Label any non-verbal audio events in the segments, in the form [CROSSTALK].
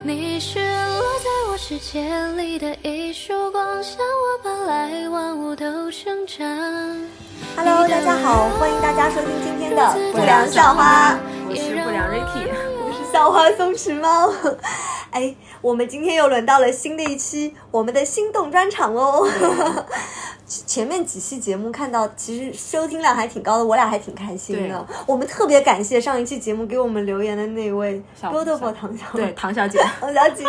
你是落在我世界里的一束光，像我本来万物都生长。 Hello，大家好，欢迎大家收听今天的不良校花，我是不良 Ricky。我是校花松弛猫。 [LAUGHS] 哎，我们今天又轮到了新的一期我们的心动专场喽。 [LAUGHS] 前面几期节目看到，其实收听量还挺高的，我俩还挺开心的。我们特别感谢上一期节目给我们留言的那位小 beautiful 唐小对，唐 [LAUGHS] 小姐，唐小姐，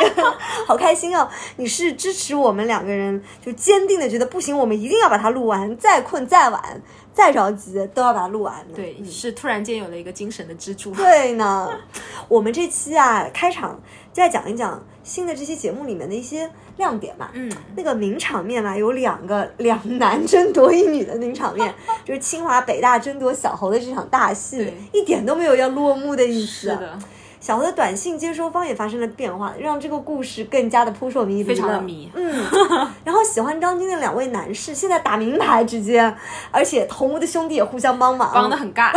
好开心哦！你是支持我们两个人，就坚定的觉得不行，我们一定要把它录完，再困再晚再着急都要把它录完的。对，是突然间有了一个精神的支柱。嗯对呢，我们这期啊开场再讲一讲新的这期节目里面的一些亮点吧。嗯，那个名场面啊嘛，有两个两男争夺一女的名场 [LAUGHS] 面，就是清华北大争夺小侯的这场大戏对，一点都没有要落幕嗯的意是思。啊的，小何的短信接收方也发生了变化，让这个故事更加的扑朔迷离了，非常的迷嗯， [LAUGHS] 然后喜欢张晶的两位男士现在打明牌直接，而且同屋的兄弟也互相嗯帮忙，帮的很尬，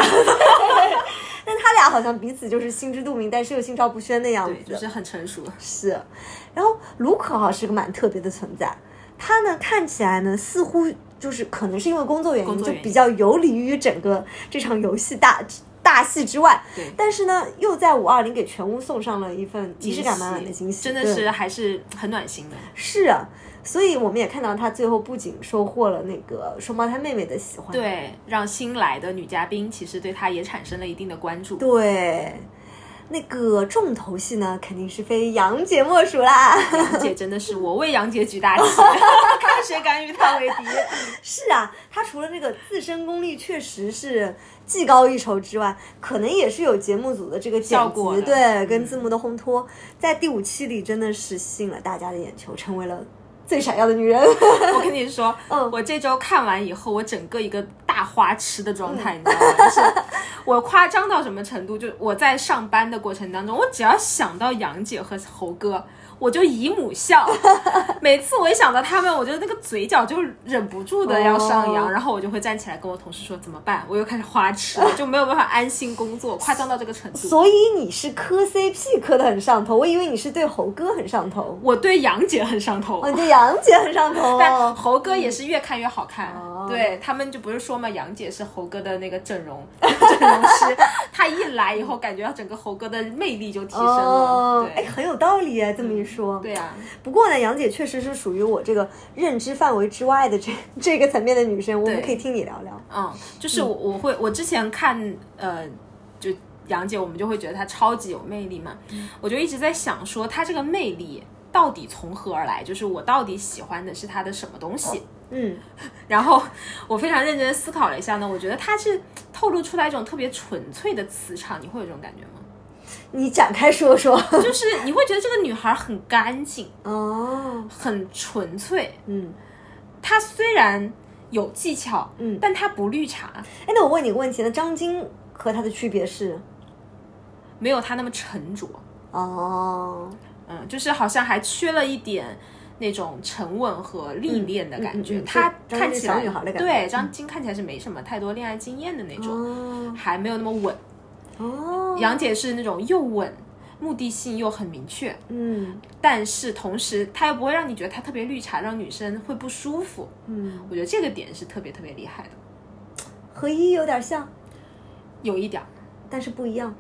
但他俩好像彼此就是心知肚明，但是又心照不宣的样对，子。就是很成熟。是，然后卢可哈是个蛮特别的存在，他呢看起来呢似乎就是可能是因为工作原因，工作就原因比较游离于整个这场游戏大大戏之外。对，但是呢，又在五二零给全屋送上了一份仪式感满满的惊喜，真的对是啊还是很暖心的。是啊。所以我们也看到他最后不仅收获了那个双胞胎妹妹的喜欢，对，让新来的女嘉宾其实对她也产生了一定的关注。对，那个重头戏呢，肯定是非杨姐莫属啦。杨姐真的是我为杨姐举大旗， [LAUGHS] 看谁敢与她为敌。是啊，他除了那个自身功力确实是技高一筹之外，可能也是有节目组的这个剪效辑果的对嗯跟字幕的烘托，在第五期里真的是吸引了大家的眼球，成为了最闪耀的女人。 [LAUGHS] [LAUGHS] 我跟你说，嗯我这周看完以后，我整个一个大花痴的状嗯态，你知道吗？就是我夸张到什么程度？就我在上班的过程当中，我只要想到杨姐和猴哥。我就姨母 [LAUGHS] 笑，每次我一想到他们，我就那个嘴角就忍不住的要上扬哦然后我就会站起来跟我同事说怎么办？我又开始花痴了，就没有办法安心工 [LAUGHS] 作，夸张到这个程度。所以你是磕 CP 磕的很上头，我以为你是对猴哥很上头，我对杨姐很上头，哦，你对杨姐很上头但哦。猴哥也是越看越好看。哦对他们就不是说嘛，杨姐是猴哥的那个整容 [LAUGHS] 整容师，她一来以后，感觉整个猴哥的魅力就提升了。哦，哎，对，很有道理啊，这么一说。对啊，不过呢，杨姐确实是属于我这个认知范围之外的这这个层面的女生，我们对可以听你聊聊。嗯，就是我我会我之前看呃就。杨姐，我们就会觉得她超级有魅力嘛，嗯我就一直在想说，她这个魅力到底从何而来？就是我到底喜欢的是她的什么东西？嗯，然后我非常认真地思考了一下呢，我觉得她是透露出来一种特别纯粹的磁场，你会有这种感觉吗？你展开说说。 [LAUGHS] 就是你会觉得这个女孩很干净、哦，很纯粹。嗯，她虽然有技巧，嗯但她不绿茶，哎，那我问你个问题，那张晶和她的区别是？没有她那么沉着。哦，嗯，就是好像还缺了一点那种沉稳和历练的感嗯嗯嗯觉。嗯她就看起张晋小来女孩的感觉嗯对张晶看起来是没什么太多恋爱经验的那种，哦，还没有那么稳。哦，杨姐是那种又稳，目的性又很明确，嗯但是同时她又不会让你觉得她特别绿茶，让女生会不舒服。嗯，我觉得这个点是特别特别厉害的，和一有点像，有一点儿。但是不一样。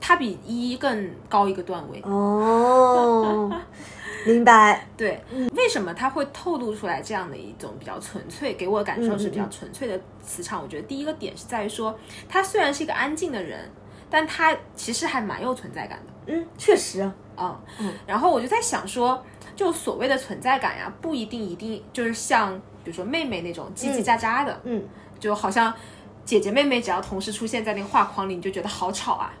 它比一更高一个段嗯位。哦， [LAUGHS] 明白。对，为什么它会透露出来这样的一种比较纯粹，给我感受是比较纯粹的磁场？我觉得第一个点是在于说，他虽然是一个安静的人，但他其实还蛮有存在感的嗯，确实。啊。嗯然后我就在想说，就所谓的存在感呀，不一定一定就是像比如说妹妹那种叽叽喳喳的，嗯，就好像姐姐妹妹只要同时出现在那个画框里，你就觉得好吵啊。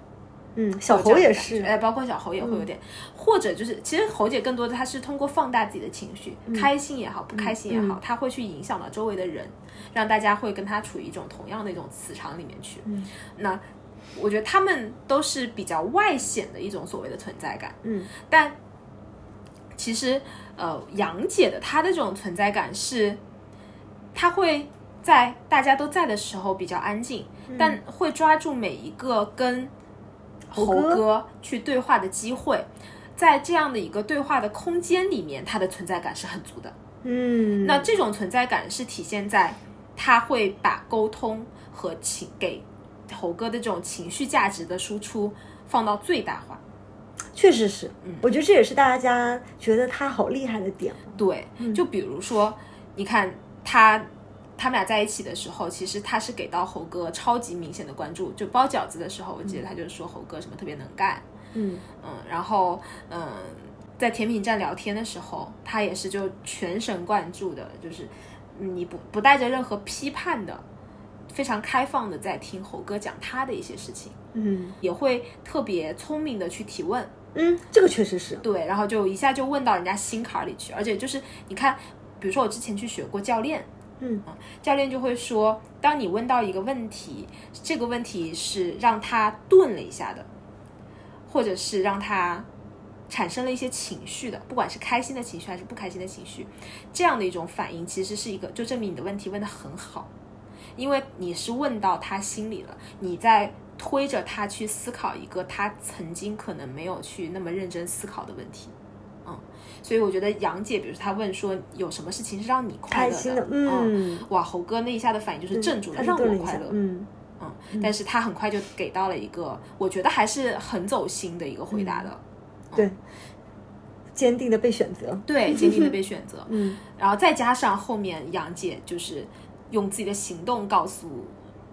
嗯，小侯也是。嗯哎，包括小猴也会有点，或者就是，其实猴姐更多的她是通过放大自己的情绪，嗯开心也好，不开心也好，她会去影响到周围的人，让大家会跟她处于一种同样的一种磁场里面去。嗯那我觉得他们都是比较外显的一种所谓的存在感，嗯但其实呃，杨姐的她的这种存在感是，她会在嗯大家都在的时候比较安静，但会抓住每一个跟猴哥哥去对话的机会。在这样的一个对话的空间里面，他的存在感是很足的。嗯，那这种存在感是体现在他会把沟通和情给猴哥的这种情绪价值的输出放到最大化。确实是嗯，我觉得这也是大家觉得他好厉害的点哦。对，嗯就比如说，你看他他们俩在一起的时候，其实他是给到猴哥超级明显的关注。就包饺子的时候，我记得他就是说猴哥什么特别能干，嗯嗯，然后嗯，在甜品站聊天的时候，他也是就全神贯注的，就是你不不带着任何批判的，非常开放的在听猴哥讲他的一些事情，嗯也会特别聪明的去提问，嗯，这个确实是，对，然后就一下就问到人家心坎儿里去，而且就是你看，比如说我之前去学过教练，嗯教练就会说，当你问到一个问题，这个问题是让他顿了一下的，或者是让他产生了一些情绪的，不管是开心的情绪还是不开心的情绪，这样的一种反应，其实是一个就证明你的问题问得很好，因为你是问到他心里了，你在推着他去思考一个他曾经可能没有去那么认真思考的问题。嗯，所以我觉得杨姐，比如说她问说有什么事情是让你快开乐的，心的，嗯嗯，哇，猴哥那一下的反应就是镇住了，他让顿了我一快下乐。嗯嗯，但是他很快就给到了一个，我觉得还是很走心的一个回答嗯的。对，坚定的被选择， [LAUGHS] 对，坚定的被选择。嗯然后再加上后面杨姐就是用自己的行动告诉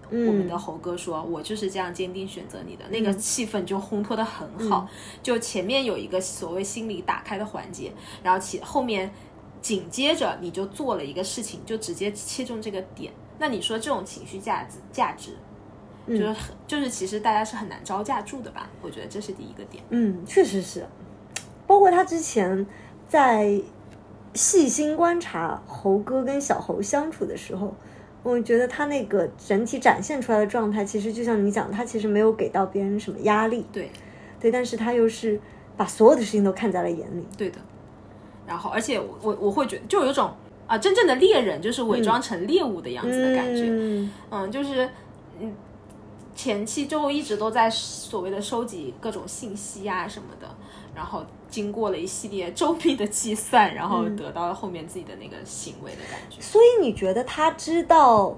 我们嗯的猴哥说，我就是这样坚定选择你的，那个气氛就烘托的很好。嗯就前面有一个所谓心理打开的环节，然后其后面紧接着你就做了一个事情，就直接切中这个点。那你说这种情绪价值价值，嗯就是很就是其实大家是很难招架住的吧？我觉得这是第一个点。嗯，确实是，包括他之前在细心观察猴哥跟小猴相处的时候，我觉得他那个整体展现出来的状态，其实就像你讲，他其实没有给到别人什么压力，对，对，但是他又是把所有的事情都看在了眼里，对的。然后，而且我我我会觉得，就有一种啊，真正的猎人就是伪装成猎物的样子的感觉。嗯嗯就是嗯，前期就一直都在所谓的收集各种信息啊什么的，然后经过了一系列周密的计算，然后嗯得到了后面自己的那个行为的感觉。所以你觉得他知道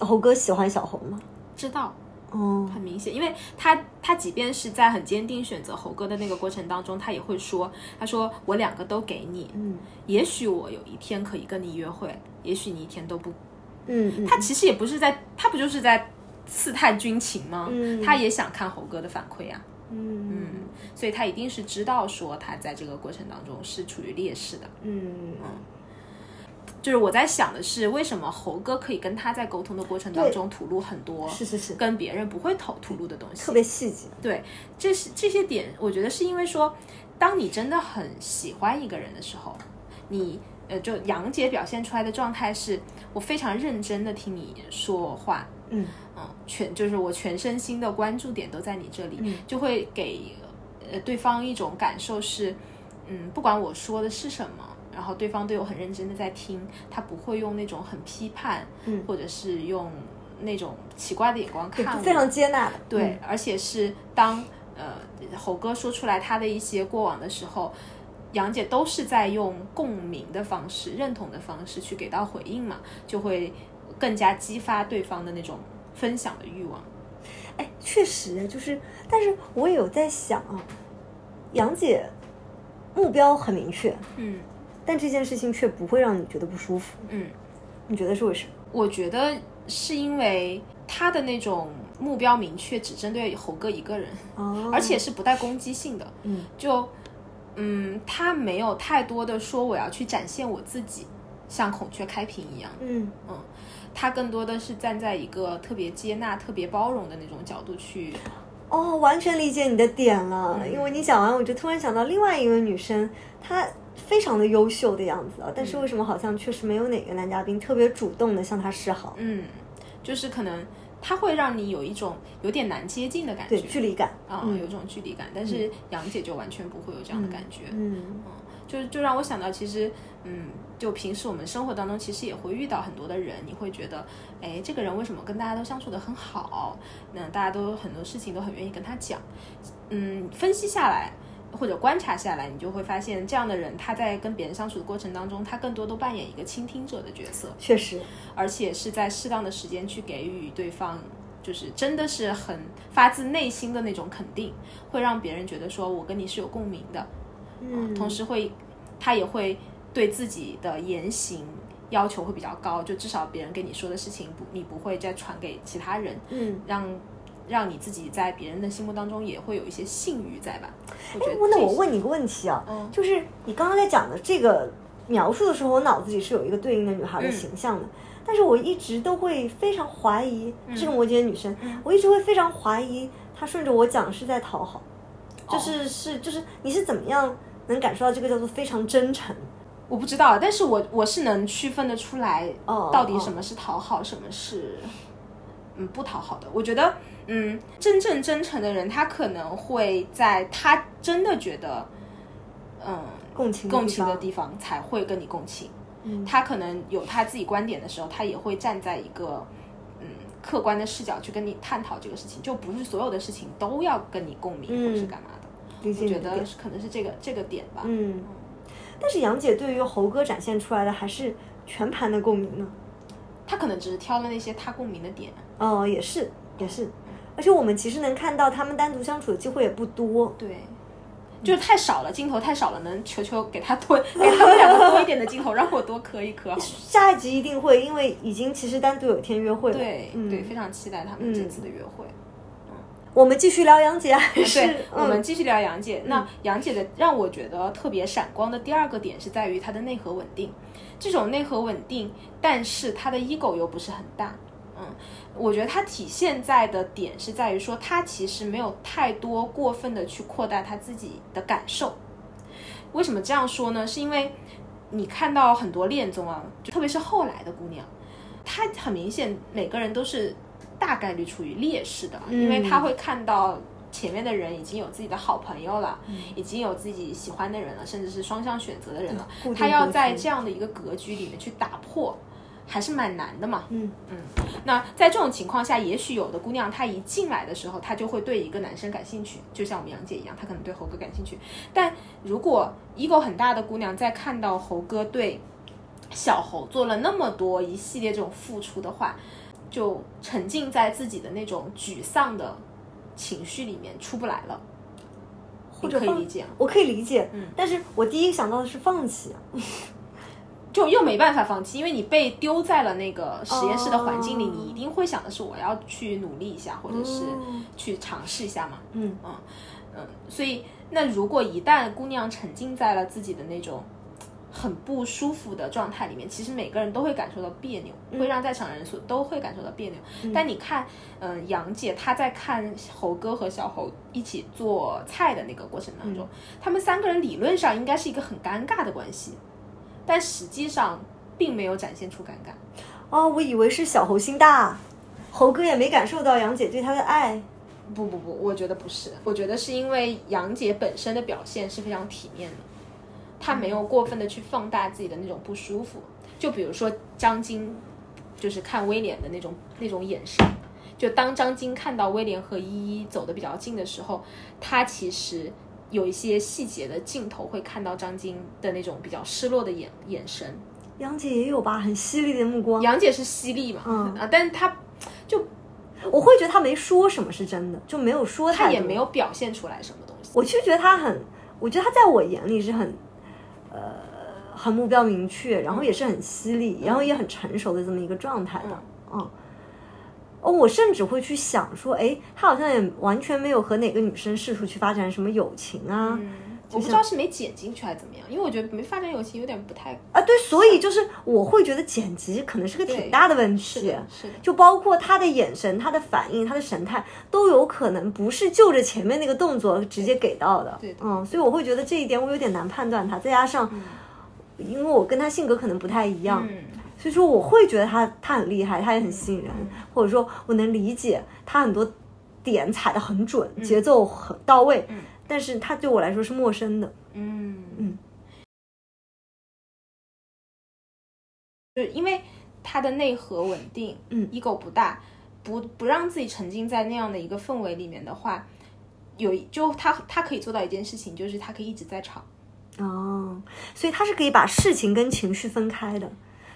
猴哥喜欢小猴吗？知道哦，很明显，因为他他即便是在很坚定选择猴哥的那个过程当中，他也会说，他说我两个都给你，嗯也许我有一天可以跟你约会，也许你一天都不嗯，嗯他其实也不是在，他不就是在刺探军情吗？嗯他也想看猴哥的反馈啊呀、嗯嗯，所以他一定是知道说他在这个过程当中是处于劣势的。嗯，就是我在想的是，为什么猴哥可以跟他在沟通的过程当中吐露很多是是是，跟别人不会吐吐露的东西特？别细节，对，这是这些点，我觉得是因为说，当你真的很喜欢一个人的时候，你呃，就杨姐表现出来的状态是，我非常认真的听你说话，嗯嗯，全就是我全身心的关注点都在你这里，嗯就会给呃对方一种感受是，嗯，不管我说的是什么，然后对方对我很认真的在听，他不会用那种很批判，嗯或者是用那种奇怪的眼光看我，非常接纳的，对，而且是当呃猴哥说出来他的一些过往的时候，杨姐都是在用共鸣的方式、认同的方式去给到回应嘛，就会更加激发对方的那种分享的欲望。哎，确实就是，但是我也有在想啊，杨姐目标很明确，嗯但这件事情却不会让你觉得不舒服，嗯，你觉得是为什么？我觉得是因为他的那种目标明确，只针对猴哥一个人，哦，而且是不带攻击性的，嗯就。嗯，他没有太多的说我要去展现我自己，像孔雀开屏一样。嗯他更多的是站在一个特别接纳、特别包容的那种角度去，哦，完全理解你的点了，嗯因为你讲完，我就突然想到另外一位女生，她非常的优秀的样子啊，但是嗯为什么好像确实没有哪个男嘉宾特别主动的向她示好？嗯嗯，就是可能它会让你有一种有点难接近的感对觉，距离感，啊、嗯有一种距离感。但是杨姐就完全不会有这样的感觉，嗯就就让我想到，其实，嗯，就平时我们生活当中，其实也会遇到很多的人，你会觉得，哎，这个人为什么跟大家都相处的很好？那大家都很多事情都很愿意跟他讲，嗯，分析下来或者观察下来，你就会发现，这样的人他在跟别人相处的过程当中，他更多都扮演一个倾听者的角色，确实，而且是在适当的时间去给予对方，就是真的是很发自内心的那种肯定，会让别人觉得说我跟你是有共鸣的。嗯，同时会，他也会对自己的言行要求会比较高，就至少别人跟你说的事情不，你不会再传给其他人，嗯，让让你自己在别人的心目当中也会有一些信誉在吧？我觉得哎那这我是问你个问题啊，嗯就是你刚刚在讲的这个描述的时候，我脑子里是有一个对应的女孩的嗯形象的，但是我一直都会非常怀疑、这个嗯摩羯女生，我一直会非常怀疑她顺着我讲是在讨好，哦就是、是就是你是怎么样能感受到这个叫做非常真诚？我不知道，但是我我是能区分得出来，哦到底哦什么是讨好，什么是嗯不讨好的。我觉得，嗯，真正真诚的人，他可能会在他真的觉得，嗯，共情共情的地地方才会跟你共情。嗯他可能有他自己观点的时候，他也会站在一个嗯客观的视角去跟你探讨这个事情，就不是所有的事情都要跟你共鸣、嗯或是干嘛的。方理解我你觉的得呃点是可能是这个这个点吧。嗯，但是杨姐对于猴哥展现出来的还是全盘的共鸣呢。他可能只是挑了那些他共鸣的点。哦，也是也是，而且我们其实能看到他们单独相处的机会也不多。对，就是太少了，镜头太少了，能求求给他多给他们两个多一点的镜头，让我多磕 [LAUGHS] 一磕。好吗下一集一定会，因为已经其实单独有一天约会了。对、嗯、对，非常期待他们这次的约会。我们继续聊杨姐还是、啊对，我们嗯继续聊杨姐。那杨姐的让我觉得特别闪光的第二个点是在于她的内核稳定，这种内核稳定，但是她的 ego 又不是很大。嗯，我觉得她体现在的点是在于说，她其实没有太多过分的去扩大她自己的感受。为什么这样说呢？是因为你看到很多恋综啊，就特别是后来的姑娘，她很明显每个人都是大概率处于劣势的，嗯因为她会看到前面的人已经有自己的好朋友了，嗯已经有自己喜欢的人了，甚至是双向选择的人了固定，她要在格局这样的一个格局里面去打破，还是蛮难的嘛。嗯那在这种情况下，也许有的姑娘她一进来的时候，她就会对一个男生感兴趣，就像我们杨姐一样，她可能对猴哥感兴趣。但如果 ego 很大的姑娘在看到猴哥对小猴做了那么多一系列这种付出的话，就沉浸在自己的那种沮丧的情绪里面出不来了，或你者可以放理解吗，我可以理解，嗯但是我第一想到的是放弃，啊就又没办法放弃，因为你被丢在了那个实验室的环境里，哦你一定会想的是我要去努力一下，或者是嗯去尝试一下嘛。嗯嗯嗯，所以那如果一旦姑娘沉浸在了自己的那种很不舒服的状态里面，其实每个人都会感受到别扭，嗯会让在场的人所都会感受到别扭。但你看，嗯、杨姐她在看猴哥和小猴一起做菜的那个过程当嗯中，他们三个人理论上应该是一个很尴尬的关系，但实际上并没有展现出尴尬。哦，我以为是小猴心大，猴哥也没感受到杨姐对他的爱。不不不，我觉得不是，我觉得是因为杨姐本身的表现是非常体面的，她没有过分的去放大自己的那种不舒服。就比如说张晶，就是看威廉的那种那种眼神，就当张晶看到威廉和依依走的比较近的时候，他其实有一些细节的镜头会看到张晶的那种比较失落的眼眼神。杨姐也有吧，很犀利的目光，杨姐是犀利嘛，嗯啊，但是她我会觉得她没说什么是真的，就没有说太她多也没有表现出来什么东西。我就觉得他很，我觉得他在我眼里是很，呃，很目标明确，然后也是很犀利，然后也很成熟的这么一个状态的，嗯。哦，我甚至会去想说，哎，他好像也完全没有和哪个女生试图去发展什么友情啊、我不知道是没剪进去还是怎么样，因为我觉得没发展友情有点不太啊，对，所以就是我会觉得剪辑可能是个挺大的问是题的，，是的，就包括他的眼神、他的反应、他的神态，都有可能不是就着前面那个动作直接给到的。对的嗯，所以我会觉得这一点我有点难判断他，再加上，因为我跟他性格可能不太一样，嗯，所以说我会觉得他他很厉害，他也很吸引人，或者说我能理解他很多点踩得很准，嗯节奏很到位，但是他对我来说是陌生的。嗯嗯，就因为它的内核稳定，嗯，ego 不大，不不让自己沉浸在那样的一个氛围里面的话，有就他他可以做到一件事情，就是他可以一直在场，哦，所以他是可以把事情跟情绪分开的。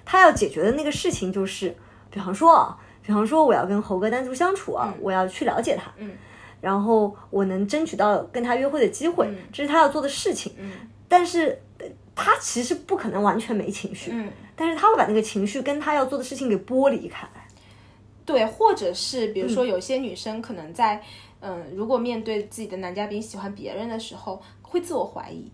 他要解决的那个事情就是，比方说啊，比方说我要跟猴哥单独相处啊，我要去了解他，嗯，然后我能争取到跟他约会的机会，嗯这是他要做的事情。嗯但是呃他其实不可能完全没情绪，嗯，但是他会把那个情绪跟他要做的事情给剥离开来。对，或者是比如说有些女生可能在嗯、如果面对自己的男嘉宾喜欢别人的时候，会自我怀疑。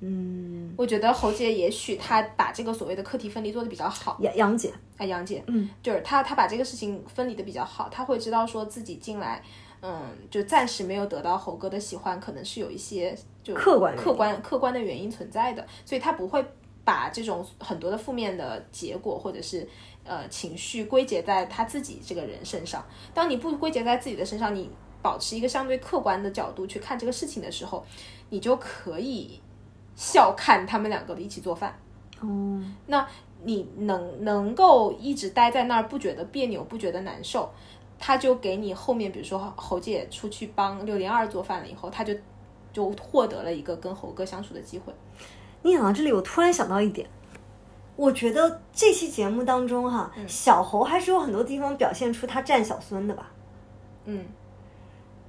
嗯，我觉得侯姐也许她把这个所谓的课题分离做得比较好，杨杨姐，啊，杨姐，嗯，就是她，她把这个事情分离的比较好，她会知道说自己进来，嗯，就暂时没有得到猴哥的喜欢，可能是有一些就客观原因客观客观的原因存在的，所以她不会把这种很多的负面的结果或者是呃情绪归结在她自己这个人身上。当你不归结在自己的身上，你保持一个相对客观的角度去看这个事情的时候，你就可以笑看他们两个一起做饭。哦，那你能能够一直待在那儿，不觉得别扭，不觉得难受，他就给你后面，比如说侯姐出去帮六零二做饭了以后，他就就获得了一个跟猴哥相处的机会。你讲到这里，我突然想到一点，我觉得这期节目当中哈，小猴还是有很多地方表现出他占小孙的吧。嗯，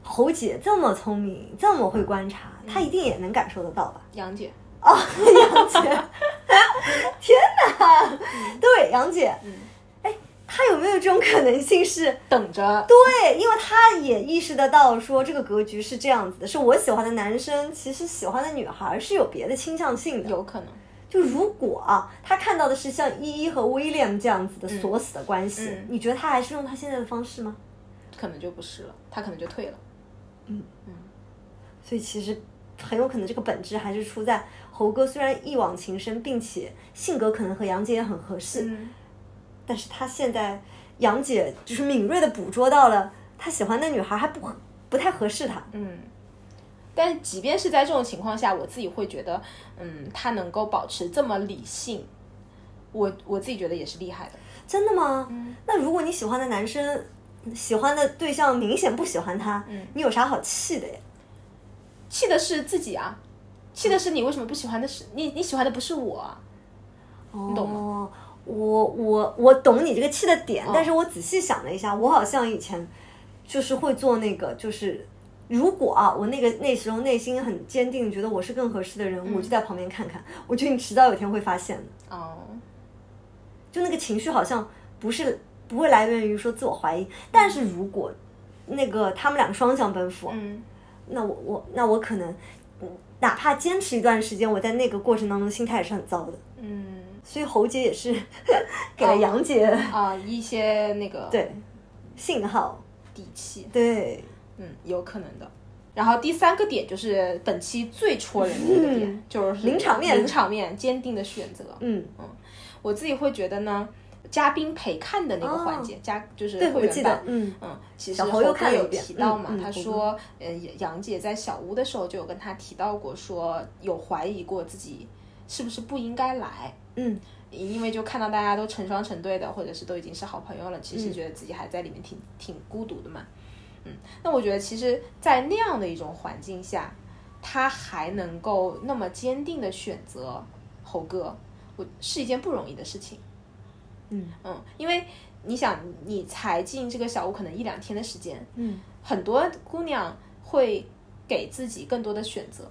猴姐这么聪明，这么会观察，她一定也能感受得到吧？杨姐，杨姐， [LAUGHS] 天哪！对，杨姐，哎，她有没有这种可能性是？嗯等着，对，因为她也意识得到，说这个格局是这样子的，是我喜欢的男生，其实喜欢的女孩是有别的倾向性的。有可能，就如果啊，他看到的是像依依和 William 这样子的锁死的关系，嗯你觉得他还是用他现在的方式吗？可能就不是了，他可能就退了。所以其实很有可能这个本质还是出在猴哥虽然一往情深，并且性格可能和杨姐也很合适，嗯，但是他现在杨姐就是敏锐的捕捉到了他喜欢的女孩还不合不太合适他，嗯，但即便是在这种情况下，我自己会觉得，嗯，他能够保持这么理性，我我自己觉得也是厉害的。真的吗？嗯那如果你喜欢的男生喜欢的对象明显不喜欢他，嗯你有啥好气的呀？气的是自己啊，气的是你为什么不喜欢的是你，你喜欢的不是我啊，你懂吗嗯哦、我我我懂你这个气的点，但是我仔细想了一下，我好像以前就是会做那个，就是如果啊，我那个那时候内心很坚定，觉得我是更合适的人，嗯我就在旁边看看。我觉得你迟早有一天会发现的，哦，就那个情绪好像不是不会来源于说自我怀疑，但是如果那个他们两个双向奔赴，嗯那我我那我可能。嗯哪怕坚持一段时间，我在那个过程当中心态也是很糟的，嗯所以侯姐也是 [LAUGHS] 给了杨姐啊、一些那个对，信号，底气，对，嗯，有可能的。然后第三个点就是本期最戳人的一个点，嗯就是临场面临场面坚定的选择。嗯，我自己会觉得呢，嘉宾陪看的那个环节，嘉、就是哦对，会我员记版得，，嗯，嗯，其实小侯侯又哥看了有一遍提到嘛，嗯嗯他侯哥说，呃，杨姐在小屋的时候就有跟他提到过说，有怀疑过自己是不是不应该来，嗯，因为就看到大家都成双成对的，或者是都已经是好朋友了，其实嗯觉得自己还在里面挺挺孤独的嘛，嗯，那我觉得其实，在那样的一种环境下，他还能够那么坚定的选择猴哥，我是一件不容易的事情。嗯嗯，因为你想，你才进这个小屋可能一两天的时间，嗯，很多姑娘会给自己更多的选择，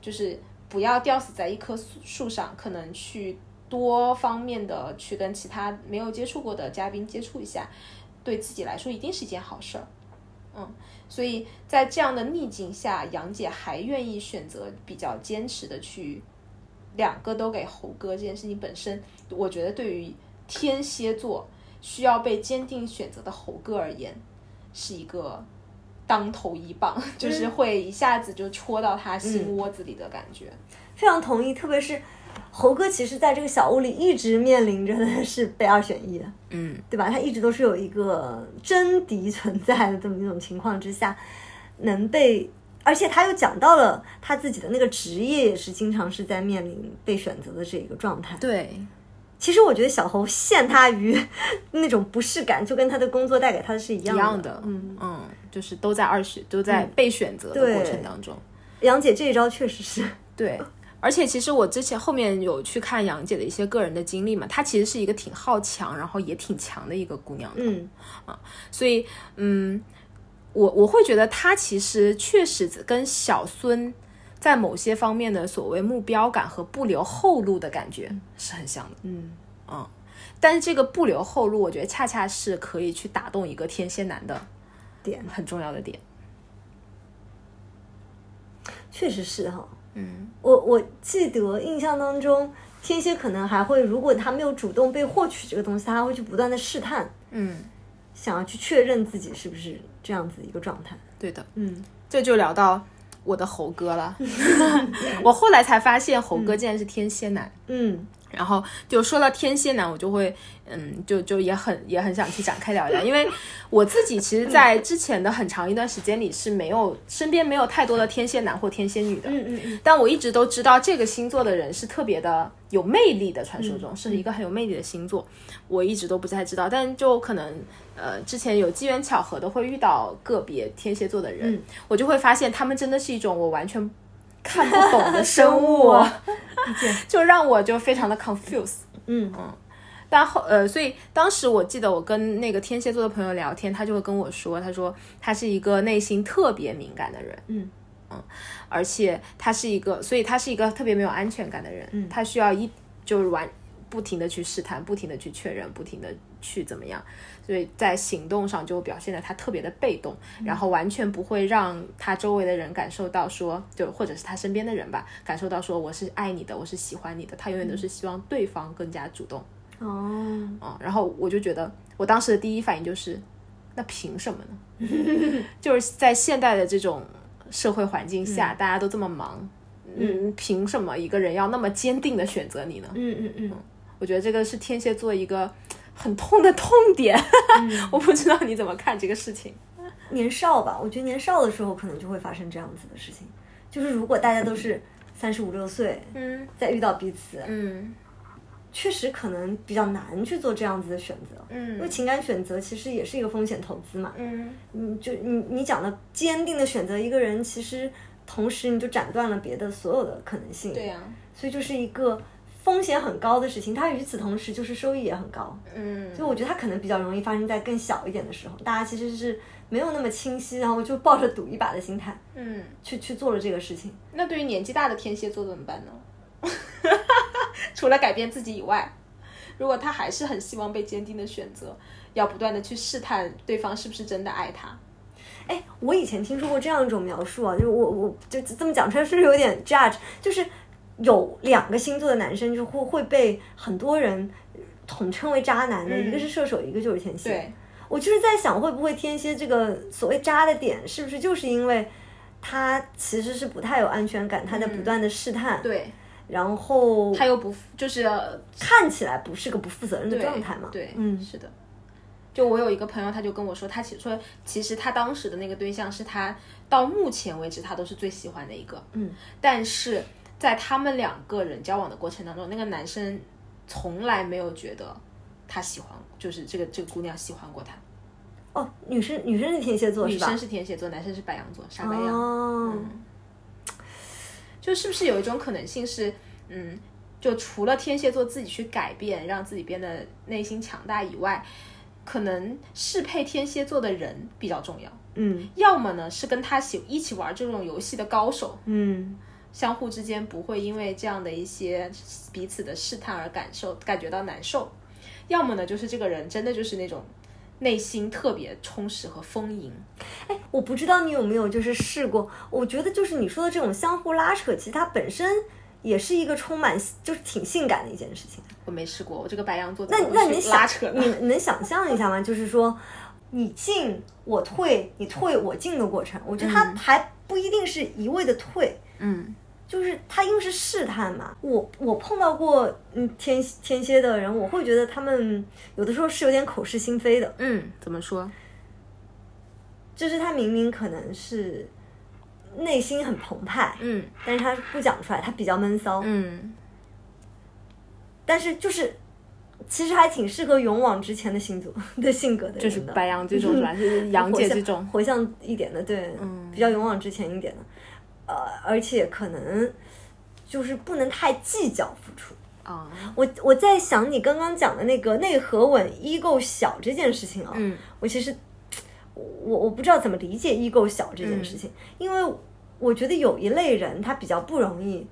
就是不要吊死在一棵树树上，可能去多方面的去跟其他没有接触过的嘉宾接触一下，对自己来说一定是一件好事儿。嗯，所以在这样的逆境下，杨姐还愿意选择比较坚持的去两个都给猴哥这件事情本身，我觉得对于天蝎座需要被坚定选择的猴哥而言，是一个当头一棒，就是会一下子就戳到他心窝子里的感觉。非常同意，特别是猴哥，其实在这个小屋里一直面临着的 [LAUGHS] 是被二选一的，嗯，对吧？他一直都是有一个真敌存在的这么一种情况之下，能被，而且他又讲到了他自己的那个职业也是经常是在面临被选择的这个状态。对，其实我觉得小猴陷他于 [LAUGHS] 那种不适感，就跟他的工作带给他的是一样一的。样的，嗯，嗯，就是都在二选，都在被选择的对过程当中，杨姐这一招确实是，对。而且其实我之前后面有去看杨姐的一些个人的经历嘛，她其实是一个挺好强，然后也挺强的一个姑娘，嗯所以嗯，我我会觉得她其实确实跟小孙在某些方面的所谓目标感和不留后路的感觉是很像的。嗯，但是这个不留后路，我觉得恰恰是可以去打动一个天蝎男的点很重要的点。确实是哈、嗯，我我记得印象当中，天蝎可能还会，如果他没有主动被获取这个东西，他还会去不断的试探，嗯，想要去确认自己是不是这样子一个状态。对的，嗯，这就聊到我的猴哥了。 [LAUGHS] 我后来才发现猴哥竟然是天蝎男。嗯，然后就说到天蝎男，我就会，嗯，就就也很也很想去展开聊一聊，因为我自己其实，在之前的很长一段时间里是没有身边没有太多的天蝎男或天蝎女的，嗯嗯嗯，但我一直都知道这个星座的人是特别的有魅力的，传说中、是一个很有魅力的星座，我一直都不太知道，但就可能呃之前有机缘巧合的会遇到个别天蝎座的人，嗯我就会发现他们真的是一种我完全看不懂的生物物啊，就让我就非常的 confused。嗯但后呃，所以当时我记得我跟那个天蝎座的朋友聊天，他就会跟我说，他说他是一个内心特别敏感的人，嗯而且他是一个，所以他是一个特别没有安全感的人，嗯他需要一就是完不停的去试探，不停的去确认，不停的去怎么样，所以在行动上就表现的他特别的被动，然后完全不会让他周围的人感受到说，就或者是他身边的人吧，感受到说我是爱你的，我是喜欢你的，他永远都是希望对方更加主动。哦，嗯，然后我就觉得，我当时的第一反应就是，那凭什么呢？ [LAUGHS] 就是在现代的这种社会环境下，大家都这么忙，嗯，凭什么一个人要那么坚定的选择你呢？嗯嗯嗯，我觉得这个是天蝎座一个很痛的痛点， [LAUGHS] 我不知道你怎么看这个事情。年少吧，我觉得年少的时候可能就会发生这样子的事情，就是如果大家都是三十五六岁，嗯再遇到彼此，嗯确实可能比较难去做这样子的选择。因为嗯情感选择其实也是一个风险投资嘛，嗯，你就你你讲的坚定的选择一个人，其实同时你就斩断了别的所有的可能性，对呀、啊所以就是一个风险很高的事情。它与此同时就是收益也很高，嗯，所以我觉得它可能比较容易发生在更小一点的时候，大家其实是没有那么清晰，然后就抱着赌一把的心态嗯，去去做了这个事情。那对于年纪大的天蝎座怎么办呢？ [LAUGHS] 除了改变自己以外，如果他还是很希望被坚定的选择，要不断的去试探对方是不是真的爱他。哎，我以前听说过这样一种描述啊，就是我我就这么讲出来是不是有点 judge？就是有两个星座的男生就会会被很多人统称为渣男的，嗯一个是射手，一个就是天蝎。对，我就是在想，会不会天蝎这个所谓渣的点，是不是就是因为他其实是不太有安全感，他在不断的试探，对，然后他又不就是呃看起来不是个不负责任的对状态嘛？对，嗯，是的。就我有一个朋友，他就跟我说，他其说其实他当时的那个对象是他到目前为止他都是最喜欢的一个，嗯，但是在他们两个人交往的过程当中，那个男生从来没有觉得他喜欢，就是这个这个姑娘喜欢过他。哦，女生女生是天蝎座女是吧？生是天嗯蝎座，男生是白羊座，傻白羊。哦，就是不是有一种可能性是，嗯，就除了天蝎座自己去改变，让自己变得内心强大以外，可能适配天蝎座的人比较重要。嗯要么呢是跟他喜一起玩这种游戏的高手，嗯相互之间不会因为这样的一些彼此的试探而感受感觉到难受；要么呢就是这个人真的就是那种内心特别充实和丰盈。哎我不知道你有没有就是试过，我觉得就是你说的这种相互拉扯，其实它本身也是一个充满就是挺性感的一件事情。我没试过，我这个白羊座那怎么那去你拉想扯，呢你你能想象一下吗？就是说你进我退，你退我进的过程，我觉得它还不一定是一味的退，嗯，就是他硬是试探嘛。我我碰到过嗯天天蝎的人，我会觉得他们有的时候是有点口是心非的，嗯，怎么说？就是他明明可能是内心很澎湃，嗯但是他不讲出来，他比较闷骚，嗯，但是就是其实还挺适合勇往直前的星座的性格的人的， [LAUGHS] 嗯就是白羊这种是吧？就是杨姐这种，回向一点的，对，嗯比较勇往直前一点的，呃，而且可能就是不能太计较付出。啊，我我在想你刚刚讲的那个内核稳、衣够小这件事情啊、嗯我其实我我不知道怎么理解衣够小这嗯件事情，因为我觉得有一类人他比较不容易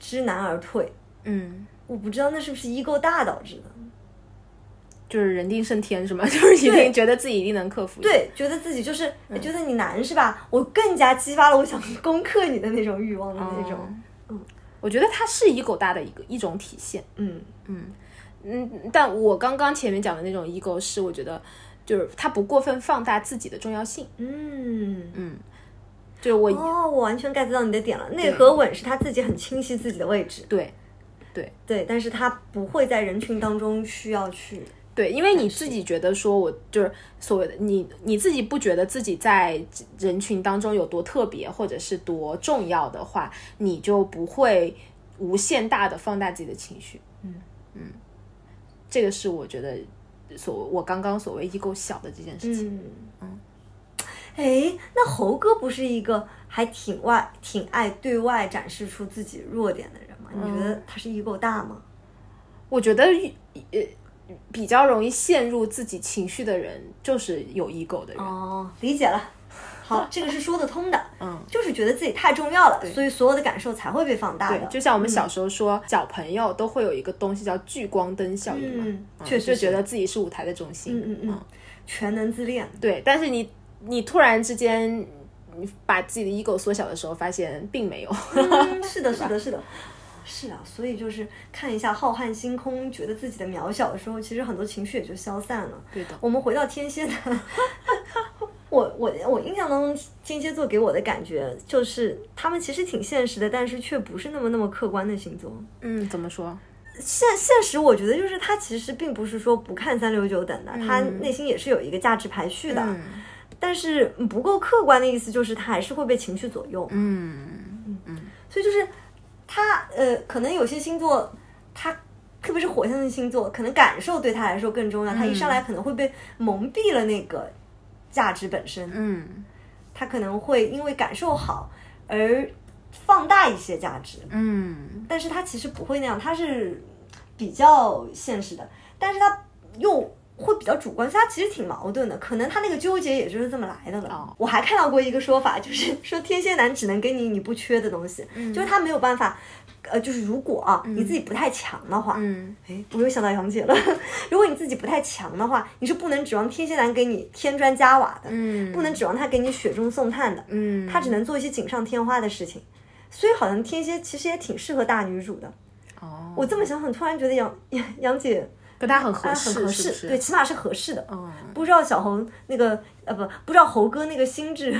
知难而退，嗯，我不知道那是不是衣够大导致的。就是人定胜天是吗？ [LAUGHS] 就是一定觉得自己一定能克服。，对，觉得自己就是、嗯哎觉得你难是吧？我更加激发了我想攻克你的那种欲望的那种，嗯我觉得它是以狗大的一个一种体现。嗯嗯，但我刚刚前面讲的那种 ego 是，我觉得就是它不过分放大自己的重要性。嗯。嗯，就是我、哦，我完全 get 到你的点了。内核稳是他自己很清晰自己的位置，对对，但是他不会在人群当中需要去，对，因为你自己觉得说，我就是所谓的你你自己不觉得自己在人群当中有多特别，或者是多重要的话，你就不会无限大的放大自己的情绪。嗯嗯，这个是我觉得所我刚刚所谓一够小的这件事情。嗯哎，那猴哥不是一个还挺外、挺爱对外展示出自己弱点的人吗？你觉嗯得他是一够大吗？我觉得呃比较容易陷入自己情绪的人，就是有 ego 的人。哦，理解了。好，这个是说得通的， [LAUGHS] 嗯，就是觉得自己太重要了，所以所有的感受才会被放大的对，。就像我们小时候说，小朋友都会有一个东西叫聚光灯效应嘛，嗯确实就是觉得自己是舞台的中心。嗯嗯嗯，全能自恋，对，但是你你突然之间你把自己的 ego 缩小的时候，发现并没有。 [LAUGHS] 嗯，是的，是的，是的，是啊，所以就是看一下浩瀚星空，觉得自己的渺小的时候，其实很多情绪也就消散了。对的，我们回到天蝎的， [LAUGHS] 我我我印象当中，天蝎座给我的感觉就是他们其实挺现实的，但是却不是那么那么客观的星座。 [LAUGHS] 嗯，怎么说？现现实，我觉得就是他其实并不是说不看三六九等的，他内心也是有一个价值排序的，嗯但是不够客观的意思就是他还是会被情绪左右。嗯所以就是他呃，可能有些星座，他特别是火象的星座，可能感受对他来说更重要。他一上来可能会被蒙蔽了那个价值本身，嗯他可能会因为感受好而放大一些价值，嗯但是他其实不会那样，他是比较现实的，但是他又。会比较主观，所以他其实挺矛盾的，可能他那个纠结也就是这么来的了。哦我还看到过一个说法，就是说天蝎男只能给你你不缺的东西，[LAUGHS] 嗯就是他没有办法，呃，就是如果啊、你自己不太强的话，嗯，哎，我又想到杨姐了。 [LAUGHS] 如果你自己不太强的话，你是不能指望天蝎男给你添砖加瓦的，嗯不能指望他给你雪中送炭的，嗯，他只能做一些锦上添花的事情。所以好像天蝎其实也挺适合大女主的。哦，我这么想想，突然觉得杨杨杨姐跟他很合她适，很合是适，不是对，起码是合适的。嗯不知道小猴那个呃不不知道猴哥那个心智，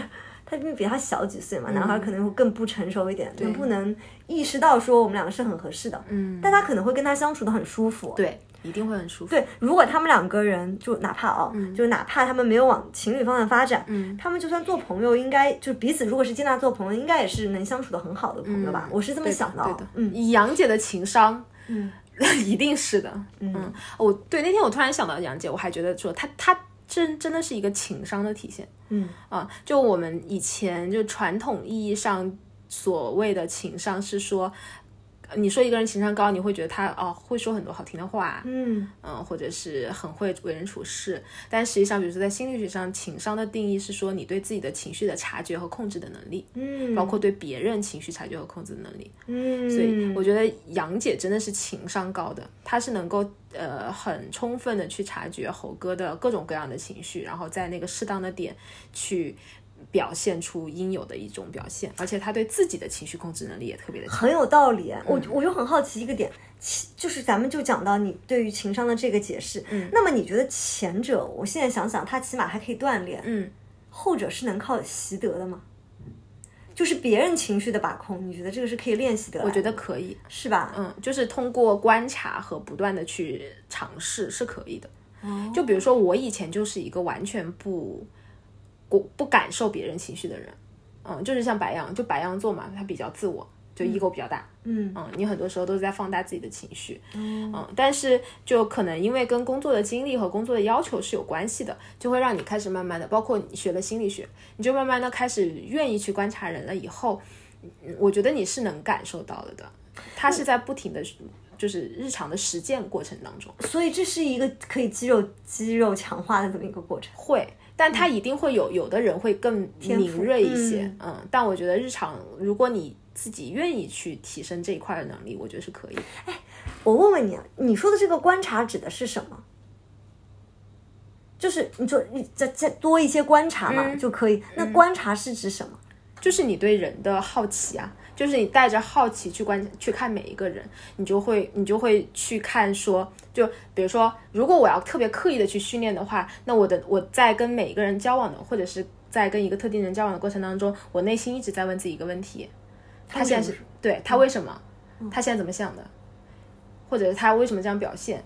他因为比他小几岁嗯嘛，男孩可能会更不成熟一点，能不能意识到说我们两个是很合适的？嗯，但他可能会跟他相处的很舒服。对，一定会很舒服。对，如果他们两个人就哪怕哦，就哪怕他们没有往情侣方向发展，嗯他们就算做朋友，应该就彼此如果是接纳做朋友，应该也是能相处的很好的朋友吧？我是这么嗯对的想对的的，。嗯以杨姐的情商，嗯， [LAUGHS] 一定是的。嗯，我对那天我突然想到杨姐，我还觉得说她她真真的是一个情商的体现嗯啊。就我们以前就传统意义上所谓的情商是说。呃你说一个人情商高，你会觉得他哦会说很多好听的话，嗯嗯，或者是很会为人处事。但实际上，比如说在心理学上，情商的定义是说你对自己的情绪的察觉和控制的能力，嗯，包括对别人情绪察觉和控制的能力。嗯，所以我觉得杨姐真的是情商高的，她是能够呃很充分的去察觉猴哥的各种各样的情绪，然后在那个适当的点去表现出应有的一种表现，而且她对自己的情绪控制能力也特别的强。很有道理。嗯我我就很好奇一个点，其就是咱们就讲到你对于情商的这个解释。嗯，那么你觉得前者，我现在想想，它起码还可以锻炼，嗯，后者是能靠习得的吗？就是别人情绪的把控，你觉得这个是可以练习的？我觉得可以，是吧？嗯，就是通过观察和不断的去尝试是可以的。嗯就比如说我以前就是一个完全不不不感受别人情绪的人，嗯，就是像白羊，就白羊座嘛，他比较自我，就 ego 比较大，嗯嗯，你很多时候都是在放大自己的情绪，嗯，但是就可能因为跟工作的经历和工作的要求是有关系的，就会让你开始慢慢的，包括你学了心理学，你就慢慢的开始愿意去观察人了。以后，嗯我觉得你是能感受到的的，嗯它是在不停的，就是日常的实践过程当中所以这是一个可以肌肉肌肉强化的这么一个过程。会。但它一定会有，有的人会更敏嗯赋锐一些，嗯嗯但我觉得日常如果你自己愿意去提升这一块的能力，我觉得是可以的。我问问你啊，你说的这个观察指的是什么？就是你说你再再多一些观察嘛、嗯就可以。那观察是指什么？就是你对人的好奇啊，就是你带着好奇去观去看每一个人，你就会你就会去看说，就比如说，如果我要特别刻意的去训练的话，那我的我在跟每一个人交往的，或者是在跟一个特定人交往的过程当中，我内心一直在问自己一个问题：他现为在是什么嗯对他为什么？他现在怎么想的？或者是他为什么这样表现？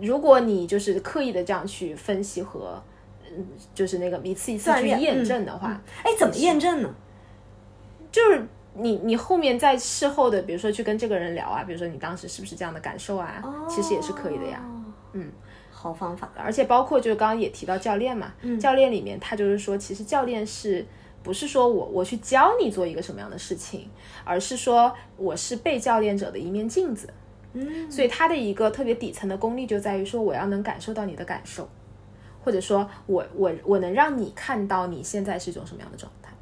如果你就是刻意的这样去分析和，嗯，就是那个一次一次锻去炼验嗯证的话，哎，怎么验证呢？就是你你后面在事后的，比如说去跟这个人聊啊，比如说你当时是不是这样的感受啊，其实也是可以的呀。哦嗯，好方法。而且包括就是刚刚也提到教练嘛，教练里面他就是说，其实教练是不是说我我去教你做一个什么样的事情，而是说我是被教练者的一面镜子。嗯，所以他的一个特别底层的功力就在于说，我要能感受到你的感受，或者说我我我能让你看到你现在是一种什么样的状态。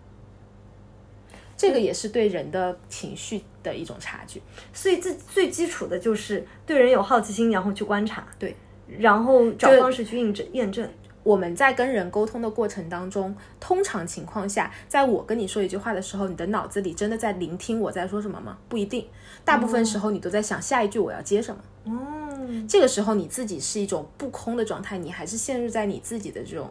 这个也是对人的情绪的一种察觉。所以最最基础的就是对人有好奇心，然后去观察，对，然后找就方式去验证验证。我们在跟人沟通的过程当中，通常情况下，在我跟你说一句话的时候，你的脑子里真的在聆听我在说什么吗？不一定，大部分时候你都在想下一句我要接什么。嗯，这个时候你自己是一种不空的状态，你还是陷入在你自己的这种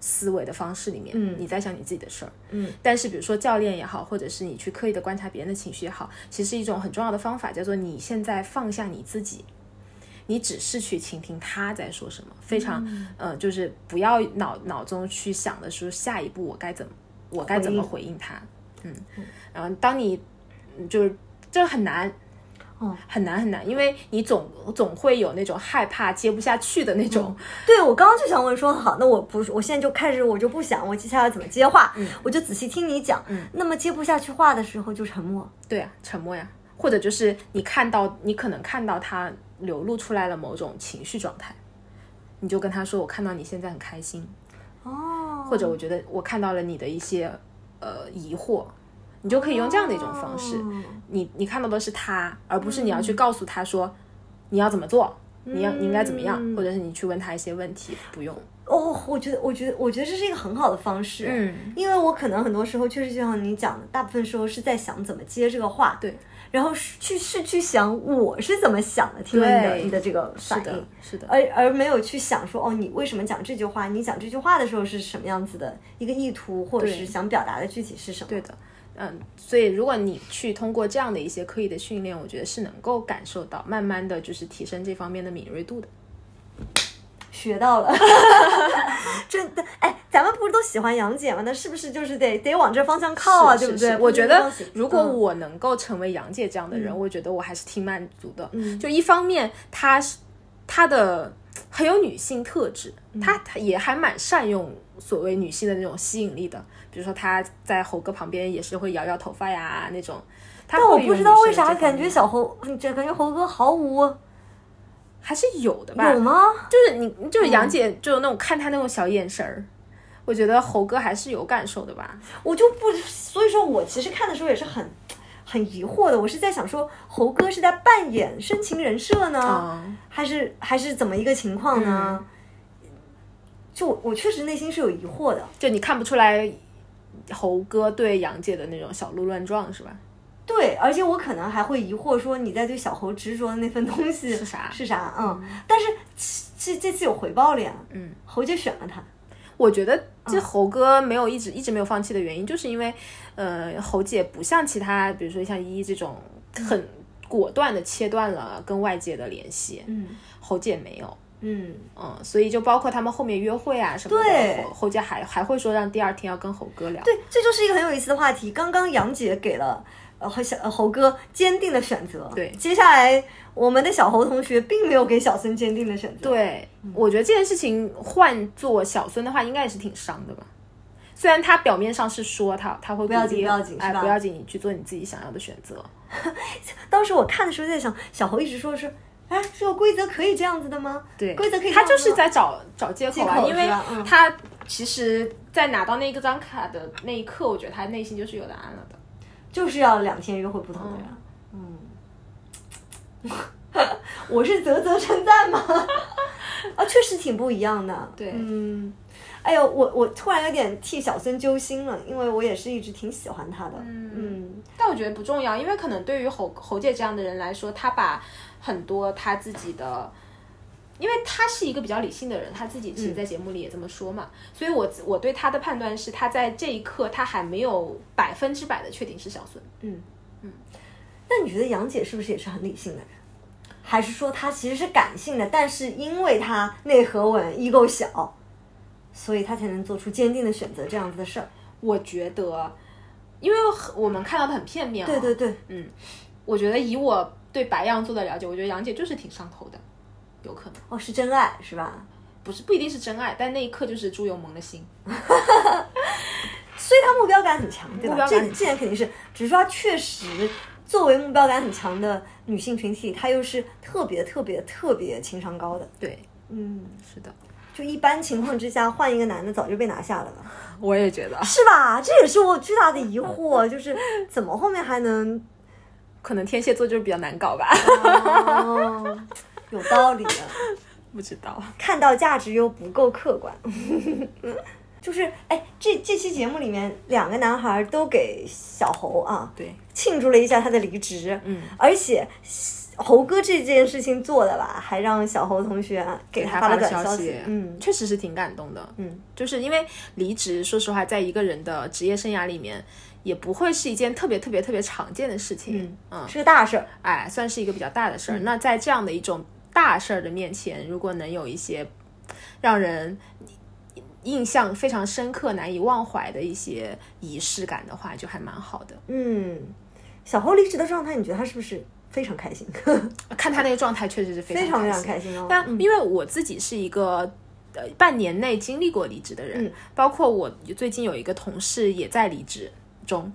思维的方式里面，嗯你在想你自己的事儿，嗯。但是比如说教练也好，或者是你去刻意的观察别人的情绪也好，其实一种很重要的方法叫做你现在放下你自己。你只是去倾听他在说什么，非常，呃，就是不要脑脑中去想的说下一步我该怎么，我该怎么回回应他，嗯，然后当你嗯就是这很难，哦，很难很难，因为你总总会有那种害怕接不下去的那种，对，我刚刚就想问说，好，那我不是，我现在就开始，我就不想，我接下来怎么接话，嗯我就仔细听你讲。那么接不下去话的时候就沉默。对啊，沉默呀，或者就是你看到你可能看到他流露出来了某种情绪状态，你就跟他说，我看到你现在很开心，哦，或者我觉得我看到了你的一些呃疑惑，你就可以用这样的一种方式，哦你你看到的是他，而不是你要去告诉他说、你要怎么做，你要你应该怎么样，嗯或者是你去问他一些问题，不用，哦，我觉得，我觉得，我觉得这是一个很好的方式。，嗯，因为我可能很多时候确实就像你讲的，大部分时候是在想怎么接这个话，对，然后是去是去想我是怎么想的，听了你的对你的这个是反的应。，是的，而而没有去想说哦，你为什么讲这句话？你讲这句话的时候是什么样子的一个意图，或者对是想表达的具体是什么？对的，嗯，所以如果你去通过这样的一些刻意的训练，我觉得是能够感受到，慢慢的就是提升这方面的敏锐度的。学到了， [LAUGHS] 真的哎，咱们不是都喜欢杨姐吗？那是不是就是得得往这方向靠啊？是对不是对？是我觉不能得忘记如果嗯我能够成为杨姐这样的人，嗯我觉得我还是挺满足的。嗯就一方面，她是她的很有女性特质，嗯她她也还蛮善用所谓女性的那种吸引力的，比如说她在猴哥旁边也是会摇摇头发呀那种。但但我不知道为啥感觉小猴，这感觉猴哥毫无还是有的吧，有吗？就是你，就是杨姐，就是那种看她那种小眼神儿，我觉得猴哥还是有感受的吧。我就不，所以说我其实看的时候也是很很疑惑的。我是在想说，猴哥是在扮演深情人设呢，嗯还是还是怎么一个情况呢？就我我确实内心是有疑惑的。就你看不出来猴哥对杨姐的那种小鹿乱撞是吧？对，而且我可能还会疑惑说，你在对小猴执着的那份东西是啥是啥？嗯，但是这这这次有回报了呀，嗯，猴姐选了他，我觉得这猴哥没有一直、一直没有放弃的原因，就是因为，呃，猴姐不像其他，比如说像依依这种很果断的切断了跟外界的联系，嗯猴姐没有，嗯，嗯，所以就包括他们后面约会啊什么对的，猴猴姐还还会说让第二天要跟猴哥聊，对，这就是一个很有意思的话题。刚刚杨姐给了呃和小呃猴哥坚定的选择，对接下来我们的小猴同学并没有给小孙坚定的选择，，对，嗯我觉得这件事情换做小孙的话，应该也是挺伤的吧。虽然他表面上是说他他会不要紧不要紧哎是吧不要紧，你去做你自己想要的选择。当时我看的时候在想，小猴一直说是，哎，这个规则可以这样子的吗？对，规则可以这他样子就是吗在找找借口啊，借口因为是吧嗯他其实，在拿到那个张卡的那一刻，我觉得他内心就是有答案了的。就是要两天约会不同的人。嗯，嗯 [LAUGHS] 我是啧啧称赞 [LAUGHS] 吗？啊，确实挺不一样的。对嗯，哎呦，我我突然有点替小孙揪心了，因为我也是一直挺喜欢他的。嗯，但我觉得不重要，因为可能对于侯侯姐这样的人来说，他把很多他自己的，因为他是一个比较理性的人，他自己其实在节目里也这么说嘛，所以我我对他的判断是，他在这一刻他还没有百分之百的确定是小孙。那你觉得杨姐是不是也是很理性的人？还是说她其实是感性的，但是因为她内核稳、异构小，所以她才能做出坚定的选择这样子的事儿？我觉得，因为我们看到的很片面、啊，对对对，我觉得以我对白羊座的了解，我觉得杨姐就是挺上头的，有可能哦，是真爱是吧？不是不一定是真爱，但那一刻就是猪油蒙了心。所以他目标感很强，对吧目？标这感很强这点肯定是，只是说他确实作为目标感很强的女性群体，她又是特别特别特别情商高的。对，嗯，是的，就一般情况之下，换一个男的早就被拿下了吧，我也觉得，是吧？这也是我巨大的疑惑，就是怎么后面还能可能天蝎座就是比较难搞吧，哦，有道理的。不知道。看到价值又不够客观， [LAUGHS] 就是哎，这这期节目里面两个男孩都给小猴啊，对，庆祝了一下他的离职，嗯，而且猴哥这件事情做的吧，还让小猴同学啊给给他发发了了短消息，息嗯，确实是挺感动的。嗯，就是因为离职，说实话，在一个人的职业生涯里面，也不会是一件特别特别特别常见的事情。嗯，是个大事儿，哎，算是一个比较大的事儿。那在这样的一种大事儿的面前，如果能有一些让人印象非常深刻、难以忘怀的一些仪式感的话，就还蛮好的。嗯，小猴离职的状态，你觉得他是不是非常开心？ [LAUGHS] 看他那个状态，确实是非非常常非开常心。开心哦，但因为我自己是一个。呃，半年内经历过离职的人，嗯包括我最近有一个同事也在离职中，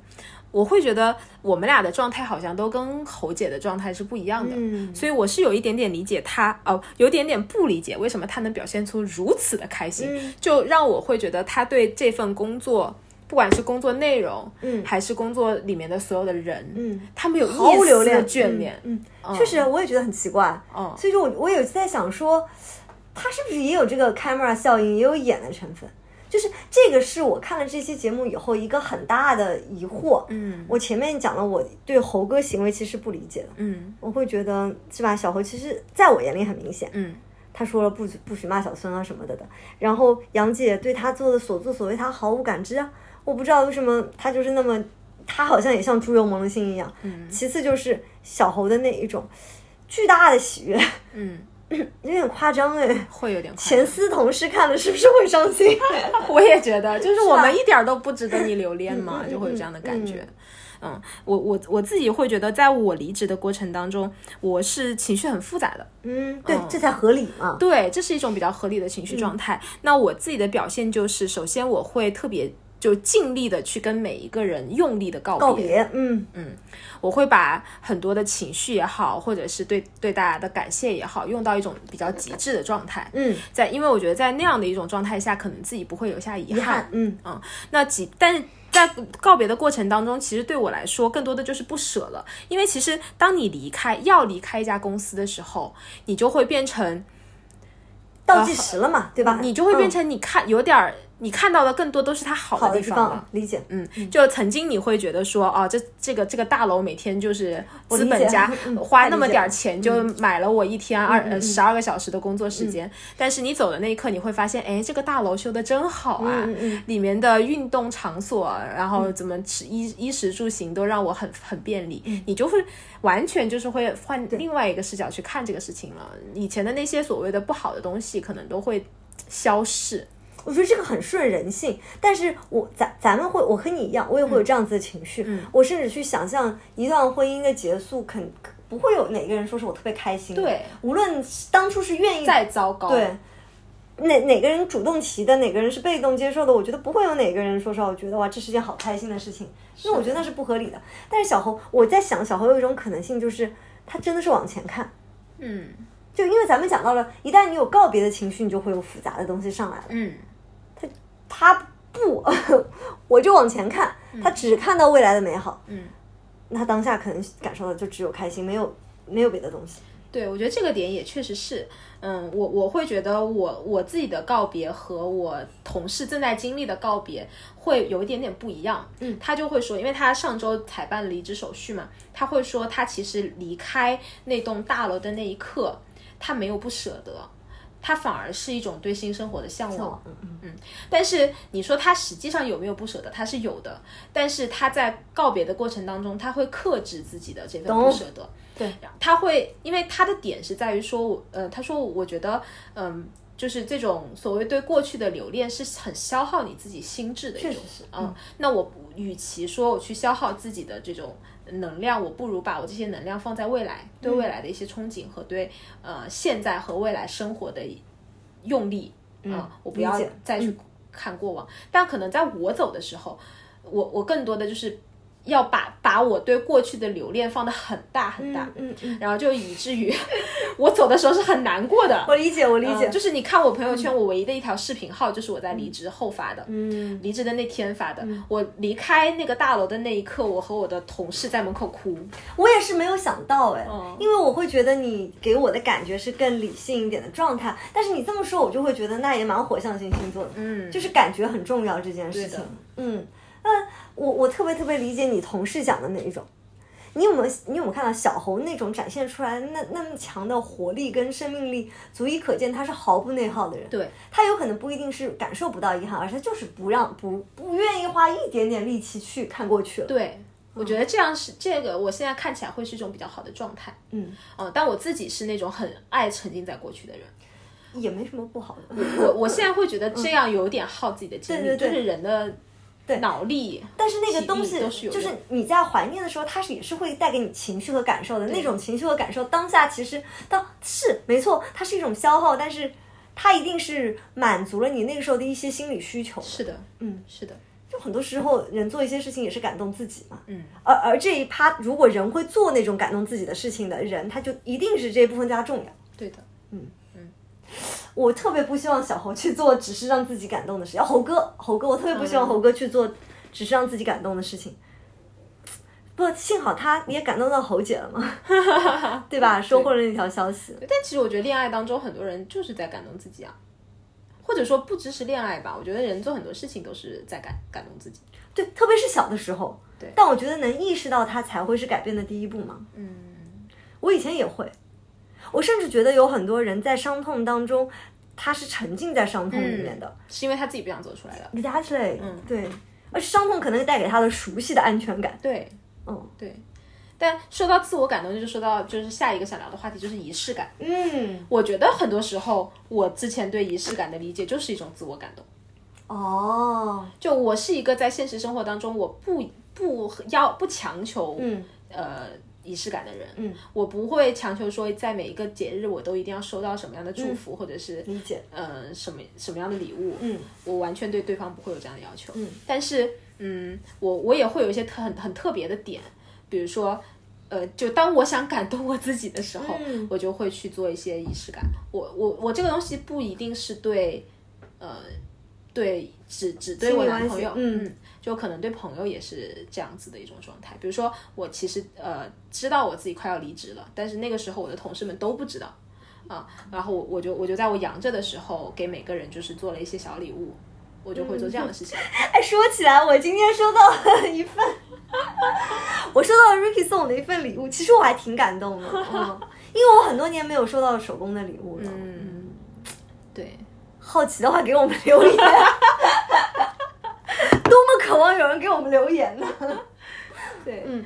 我会觉得我们俩的状态好像都跟侯姐的状态是不一样的，嗯所以我是有一点点理解她，哦、有点点不理解为什么她能表现出如此的开心，嗯就让我会觉得她对这份工作，不管是工作内容，嗯还是工作里面的所有的人，嗯，她没有一毫无留丝恋的眷恋，嗯，嗯确实我也觉得很奇怪，嗯所以说我我有在想说，他是不是也有这个 camera 效应，也有演的成分？就是这个是我看了这期节目以后一个很大的疑惑。嗯我前面讲了，我对猴哥行为其实不理解的，嗯我会觉得是吧？小猴其实在我眼里很明显，嗯，他说了不许不许骂小孙啊什么的的。然后杨姐对他做的所作所为，他毫无感知啊。我不知道为什么他就是那么，他好像也像猪油蒙了心一样。嗯、其次就是小猴的那一种巨大的喜悦，嗯，有点夸张 [LAUGHS] 哎。会有点快乐前司同事看了是不是会伤 [LAUGHS] 心？嗯我也觉得，就是啊我是吧们一点儿都不值得你留恋嘛嗯嗯，嗯就会有这样的感觉嗯。嗯，我我我自己会觉得，在我离职的过程当中，我是情绪很复杂的。嗯，对嗯，这才合理嘛。对，这是一种比较合理的情绪状态。那我自己的表现就是，首先我会特别就尽力的去跟每一个人用力的告告别，嗯，我会把很多的情绪也好，或者是对对大家的感谢也好，用到一种比较极致的状态。嗯，在因为我觉得在那样的一种状态下，可能自己不会留下遗遗憾，嗯那几，但是在告别的过程当中，其实对我来说，更多的就是不舍了。因为其实当你离开，要离开一家公司的时候，你就会变成，倒计时了嘛，对吧？你就会变嗯成你看有点儿你看到的更多都是它好好的的地地方方了啊。理解，嗯，就曾经你会觉得说，哦，这这个这个大楼每天就是资本家理解嗯嗯花那么点太儿理钱就买了我一天二呃十二个小时的工作时嗯间，但是你走的那一刻，你会发现，哎，这个大楼修的真好啊嗯嗯嗯，里面的运动场所，然后怎么吃衣衣食住行都让我很很便嗯利，你就会完全就是会换另外一个视角去看这个事情了。以前的那些所谓的不好的东西，可能都会消逝。我觉得这个很顺人性，但是我咱咱们会，我和你一样，我也会嗯有这样子的情绪。我甚至去想象一段婚姻的结束，肯不会有哪个人说是我特别开心的。对无论是当初是愿意再糟糕，对，哪哪个人主动提的，哪个人是被动接受的，我觉得不会有哪个人说实话，我觉得哇，这是件好开心的事情，因为我觉得那是不合理的。但是小侯，我在想，小侯有一种可能性就是他真的是往前看，嗯就因为咱们讲到了，一旦你有告别的情绪，你就会有复杂的东西上来了。嗯，他不， [LAUGHS] 我就往前看，他只看到未来的美好，嗯，那他当下可能感受到就只有开心，没有没有别的东西。对，我觉得这个点也确实是，嗯，我我会觉得我我自己的告别和我同事正在经历的告别会有一点点不一样。嗯，他就会说，因为他上周才办离职手续嘛，他会说他其实离开那栋大楼的那一刻，他没有不舍得，他反而是一种对新生活的向向往往。嗯嗯但是你说他实际上有没有不舍得，他是有的，但是他在告别的过程当中，他会克制自己的这份不舍得。对，他会，因为他的点是在于说，我呃，他说我觉得，嗯、就是这种所谓对过去的留恋是很消耗你自己心智的一确种实是嗯，那我不与其说我去消耗自己的这种能量，我不如把我这些能量放在未来，嗯对未来的一些憧憬和对、呃现在和未来生活的用力嗯、我不理要解嗯再去看过往。但可能在我走的时候，我我更多的就是要把把我对过去的留恋放得很大很大，嗯嗯，然后就以至于 [LAUGHS] 我走的时候是很难过的。我理解，我理嗯解，就是你看我朋友圈，我唯一的一条视频号就是我在离职后发的，嗯离职的那天发的。我离开那个大楼的那一刻，我和我的同事在门口哭。我也是没有想到哎、嗯因为我会觉得你给我的感觉是更理性一点的状态，但是你这么说，我就会觉得那也蛮火象星星座的，嗯，就是感觉很重要这件事对情的，嗯，那我我特别特别理解你同事讲的那一种。你有没有你有没有看到小猴那种展现出来的那那么强的活力跟生命力，足以可见他是毫不内耗的人。对，他有可能不一定是感受不到遗憾，而是他就是不让不不愿意花一点点力气去看过去了。对，对，我觉得这样是这个，我现在看起来会是一种比较好的状态。嗯，嗯，但我自己是那种很爱沉浸在过去的人。也没什么不好的。我我现在会觉得这样有点耗自己的精力，嗯对对对就是人的脑力。但是那个东记忆西都是有就是用的你在怀念的时候，它是也是会带给你情绪和感受的。那种情绪和感受，当下其实当是没错，它是一种消耗，但是它一定是满足了你那个时候的一些心理需求。是的，嗯，是的，就很多时候人做一些事情也是感动自己嘛。嗯。而而这一趴，如果人会做那种感动自己的事情的人，他就一定是这部分加重要。对的。我特别不希望小猴去做只是让自己感动的事，要猴哥，猴哥，我特别不希嗯望猴哥去做只是让自己感动的事情。不，幸好他也感动到猴姐了嘛， [LAUGHS] 对吧？收获了那条消息，但其实我觉得恋爱当中很多人就是在感动自己啊，或者说不只是恋爱吧，我觉得人做很多事情都是在感感动自己。对，特别是小的时候，对但我觉得能意识到它才会是改变的第一步嘛。嗯，我以前也会，我甚至觉得有很多人在伤痛当中，他是沉浸在伤痛里面的，是因为他自己不想走出来的。 exactly，、对，嗯而伤痛可能带给他的熟悉的安全感，对，嗯对。但说到自我感动，就说到就是下一个想聊的话题就是仪式感。嗯，我觉得很多时候我之前对仪式感的理解就是一种自我感动。哦，就我是一个在现实生活当中，我不不要不强求，嗯，呃。仪式感的人，嗯，我不会强求说在每一个节日我都一定要收到什么样的祝福，或者是嗯理解，呃什么什么样的礼物，嗯，我完全对对方不会有这样的要求，嗯，但是嗯，我我也会有一些特很很特别的点，比如说。呃，就当我想感动我自己的时候，嗯我就会去做一些仪式感。我我我这个东西不一定是对，呃，对只只对亲我密男关朋系友，嗯就可能对朋友也是这样子的一种状态。比如说，我其实呃知道我自己快要离职了，但是那个时候我的同事们都不知道啊、然后我我就我就在我阳着的时候给每个人就是做了一些小礼物，我就会做这样的事情。哎，说起来，我今天收到了一份，我收到了 Ricky 送我的一份礼物，其实我还挺感动的， [LAUGHS] 嗯，因为我很多年没有收到手工的礼物了。嗯，对，好奇的话，给我们留言， [LAUGHS] 多么渴望有人给我们留言呢？ [LAUGHS] 对，嗯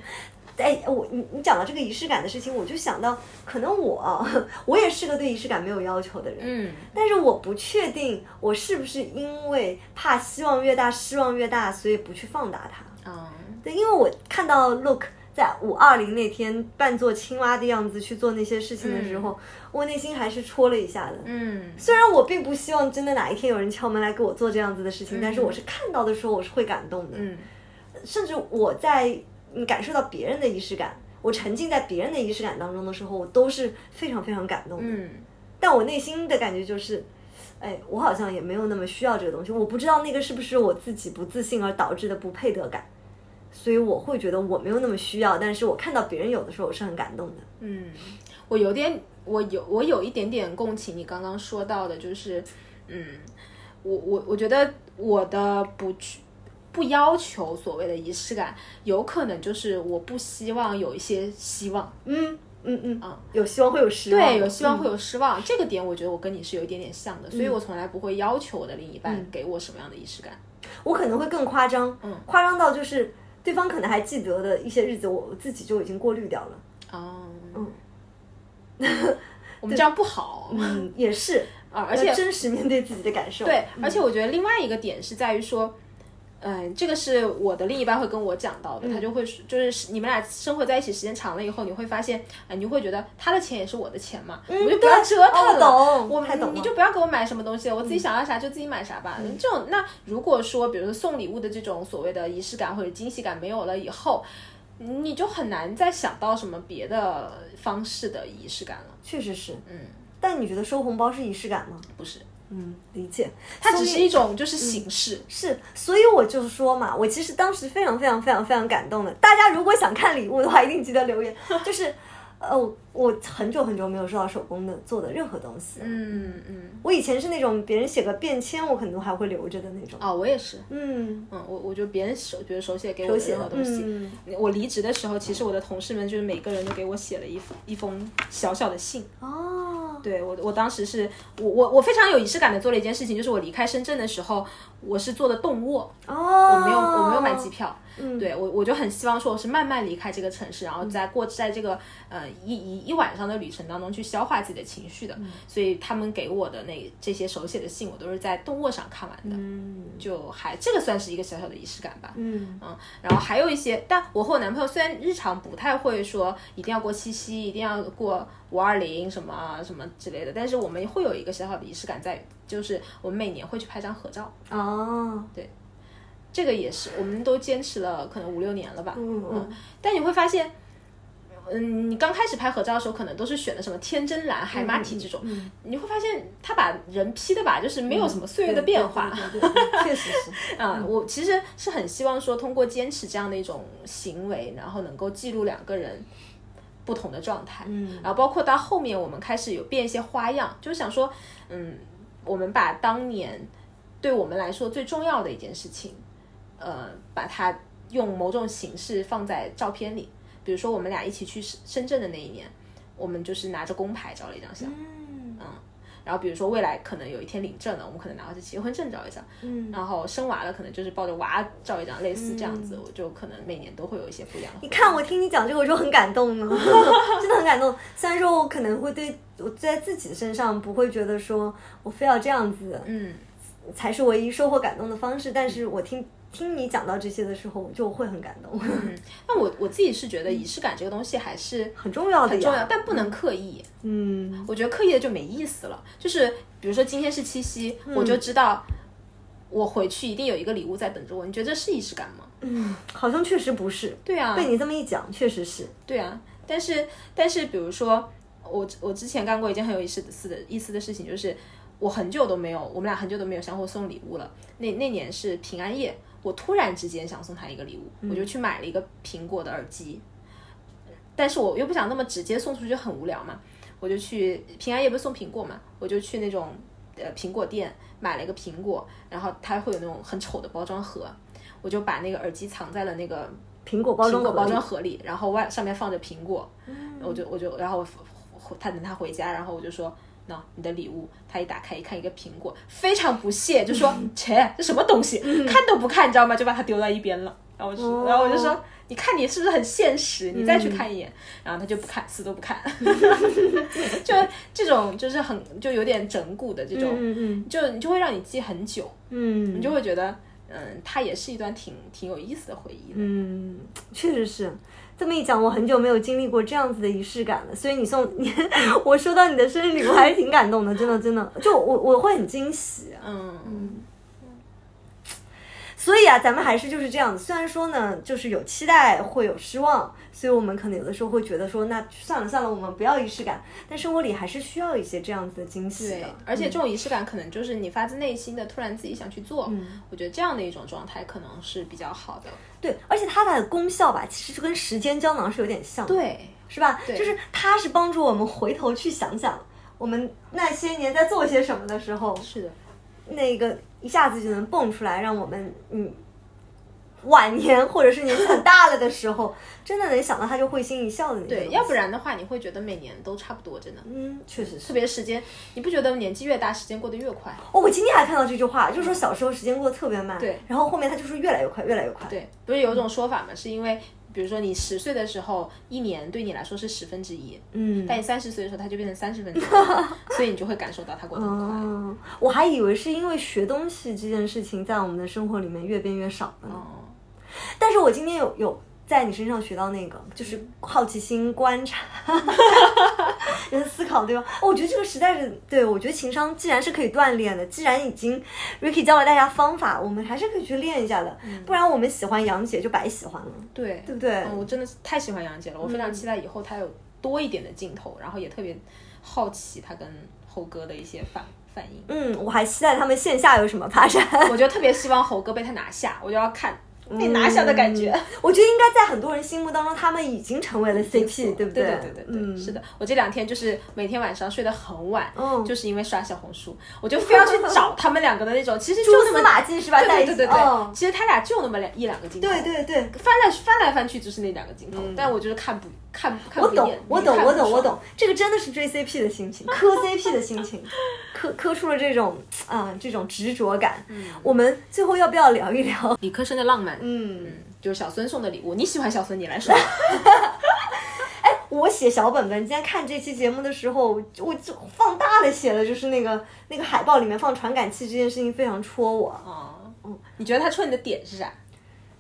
哎，我你你讲到这个仪式感的事情，我就想到，可能我啊我也是个对仪式感没有要求的人，嗯，但是我不确定我是不是因为怕希望越大，失望越大，所以不去放大它。啊，对，因为我看到 Look 在五二零那天扮作青蛙的样子去做那些事情的时候，我内心还是戳了一下的。嗯，虽然我并不希望真的哪一天有人敲门来给我做这样子的事情，但是我是看到的时候我是会感动的。嗯，甚至我在嗯感受到别人的仪式感，我沉浸在别人的仪式感当中的时候，我都是非常非常感动的。嗯，但我内心的感觉就是，哎，我好像也没有那么需要这个东西。我不知道那个是不是我自己不自信而导致的不配得感，所以我会觉得我没有那么需要。但是我看到别人有的时候，我是很感动的。嗯，我有点，我有我有一点点共情你刚刚说到的，就是，嗯，我我我觉得我的不去不要求所谓的仪式感，有可能就是我不希望有一些希望，嗯嗯嗯啊，有希望会有失望，对，有希望会嗯有失望，这个点我觉得我跟你是有一点点像的，所以嗯我从来不会要求我的另一半嗯给我什么样的仪式感，我可能会更夸张，嗯夸张到就是对方可能还记得的一些日子，我自己就已经过滤掉了。哦，嗯嗯， [LAUGHS] 我们这样不好，嗯，也是，啊，而且要真实面对自己的感受。对，嗯而且我觉得另外一个点是在于说，嗯、这个是我的另一半会跟我讲到嗯的，他就会说就是你们俩生活在一起时间长了以后，你会发现，啊、你就会觉得他的钱也是我的钱嘛，我就不要折嗯腾对了，哦我懂我太懂了嗯你就不要给我买什么东西了，我自己想要啥就自己买啥吧。这种那如果说，比如说送礼物的这种所谓的仪式感或者惊喜感没有了以后。你就很难再想到什么别的方式的仪式感了，确实是。嗯，但你觉得收红包是仪式感吗？不是，嗯，理解。它所只以是一种就是形式，是，所以我就说嘛，我其实当时非常非常非常非常感动的。大家如果想看礼物的话，一定记得留 [LAUGHS] 言。就是，呃，我我很久很久没有收到手工的做的任何东西。嗯嗯，我以前是那种别人写个便签，我可能都还会留着的那种。哦，我也是，嗯，嗯，我我觉得别人手，比如手写给手我的写任何的，东西。嗯，我离职的时候，其实我的同事们就是每个人都给我写了一封一封小小的信。哦，对我，我当时是我我我非常有仪式感的做了一件事情，就是我离开深圳的时候，我是坐的动卧，哦，我没有我没有买机。票。嗯对我我就很希望说我是慢慢离开这个城市，然后在过在这个呃一一一晚上的旅程当中去消化自己的情绪嗯的。所以他们给我的那这些手写的信，我都是在动卧上看完的。嗯就还这个算是一个小小的仪式感吧。嗯嗯，然后还有一些，但我和我男朋友虽然日常不太会说一定要过七夕，一定要过五二零什么啊什么之类的，但是我们会有一个小小的仪式感在，就是我们每年会去拍张合照，哦，这个也是我们都坚持了可能五六年了吧。嗯嗯但你会发现。嗯，你刚开始拍合照的时候，可能都是选的什么天真蓝、海马体这种，嗯你会发现他把人 P 的吧，就是没有什么岁月对的变化，对对对对确实是。 [LAUGHS] 啊，我其实是很希望说，通过坚持这样的一种行为，然后能够记录两个人不同的状态，嗯然后包括到后面我们开始有变一些花样，就是想说，嗯，我们把当年对我们来说最重要的一件事情，呃，把它用某种形式放在照片里，比如说我们俩一起去深深圳的那一年，我们就是拿着工牌照了一张相。嗯然后比如说未来可能有一天领证了，我们可能拿回去结婚证照一张，嗯然后生娃了可能就是抱着娃照一张，类似这样子，我就可能每年都会有一些不一样的活你动。看我听你讲这个，我就很感动呢， [LAUGHS] 真的很感动。虽然说我可能会对我在自己身上不会觉得说我非要这样子嗯才是唯一收获感动的方式，但是我听听你讲到这些的时候，我就会很感动，嗯，那我我自己是觉得仪式感这个东西还是 [LAUGHS] 很重要的很呀。重要，但不能刻意。嗯我觉得刻意的就没意思了。就是比如说今天是七夕，我就知道我回去一定有一个礼物在等着我。你觉得这是仪式感吗？嗯，好像确实不是。对啊，被你这么一讲，确实是。对啊，但是但是，比如说我我之前干过一件很有意思的思的意思的事情，就是我很久都没有，我们俩很久都没有相互送礼物了。那那年是平安夜，我突然之间想送他一个礼物，我就去买了一个苹果的耳机，但是我又不想那么直接送出去，很无聊嘛，我就去平安夜不是送苹果嘛，我就去那种。呃苹果店买了一个苹果，然后它会有那种很丑的包装盒，我就把那个耳机藏在了那个苹果包苹装果盒包里装盒里，然后外上面放着苹果，嗯我就我就然后我他等他回家，然后我就说。那、你的礼物，他一打开一看一个苹果，非常不屑，就说：“嗯切，这什么东西？看都不看，你知道吗？”就把它丢到一边了。然后我就，哦嗯然后我就说：“你看你是不是很现实？你再去看一眼。然后他就不看，死都 [LAUGHS] 不看。 [LAUGHS] 就这种就是很就有点整蛊的这种，嗯就你就会让你记很久，嗯你就会觉得，嗯，它也是一段挺挺有意思的回忆的。嗯，确实是。这么一讲，我很久没有经历过这样子的仪式感了。所以你送 [LAUGHS] 你，我收到你的生日礼物还是挺感动的，真的真的。就我我会很惊喜。啊嗯，所以啊，咱们还是就是这样。虽然说呢，就是有期待会有失望，所以我们可能有的时候会觉得说，那算了算了，我们不要仪式感。但生活里还是需要一些这样子的惊喜对的。，嗯而且这种仪式感可能就是你发自内心的，突然自己想去做，嗯我觉得这样的一种状态可能是比较好的。对，而且它的功效吧，其实就跟时间胶囊是有点像的。对，是吧？对就是它是帮助我们回头去想想，我们那些年在做些什么的时候，是的，那个一下子就能蹦出来，让我们嗯晚年或者是年纪很大了的时候，真的能想到他就会心一笑的那种。对，要不然的话你会觉得每年都差不多，真的。嗯，确实是特。别时间，你不觉得年纪越大，时间过得越快？哦，我今天还看到这句话，就是说小时候时间过得特别慢，嗯对然后后面它就是越来越快，越来越快。，对，不是有一种说法嘛，是因为比如说你十岁的时候，一年对你来说是十分之一，嗯，但你三十岁的时候，它就变成三十分 [LAUGHS] 之一，所以你就会感受到它过得很快。嗯，我还以为是因为学东西这件事情在我们的生活里面越变越少了呢。哦，但是我今天有有在你身上学到那个，就是嗯好奇心、观 [LAUGHS] 察、人思考，对吧？哦，我觉得这个实在是，对我觉得情商既然是可以锻炼的，既然已经 Ricky 教了大家方法，我们还是可以去练一下的，不然我们喜欢杨姐就白喜欢了，嗯对，对不嗯对？嗯，我真的是太喜欢杨姐了，我非常期待以后她有多一点的镜头，然后也特别好奇她跟猴哥的一些反反应。嗯，我还期待他们线下有什么发展。我就特别希望猴哥被他拿下，我就要看嗯被拿下的感觉。 [LAUGHS] [LAUGHS] 我觉得应该在很多人心目当中，他们已经成为了 CP，对不对对对对对，嗯，是的。。我这两天就是每天晚上睡得很晚，嗯就是因为刷小红书，我就非要去找他们两个的那种，其实就蛛那丝么马迹是吧？对在一对起，对对对，嗯其实他俩就那么两一两个镜头，对对对，翻来翻来翻去就是那两个镜头，但我就是看不看不看我不懂厌，我懂，我懂，我。看不爽懂，这个真的是追 CP 的心情， [LAUGHS] 磕 CP 的心情，磕磕出了这种啊、这种执着感。嗯我们最后要不要聊一聊？理科生的浪漫，嗯，就是小孙送的礼物。你喜欢小孙，你 [LAUGHS] 来说。我写小本本，今天看这期节目的时候，我就放大的写的就是那个那个海报里面放传感器这件事情非常戳我。哦，你觉得他戳你的点是啥？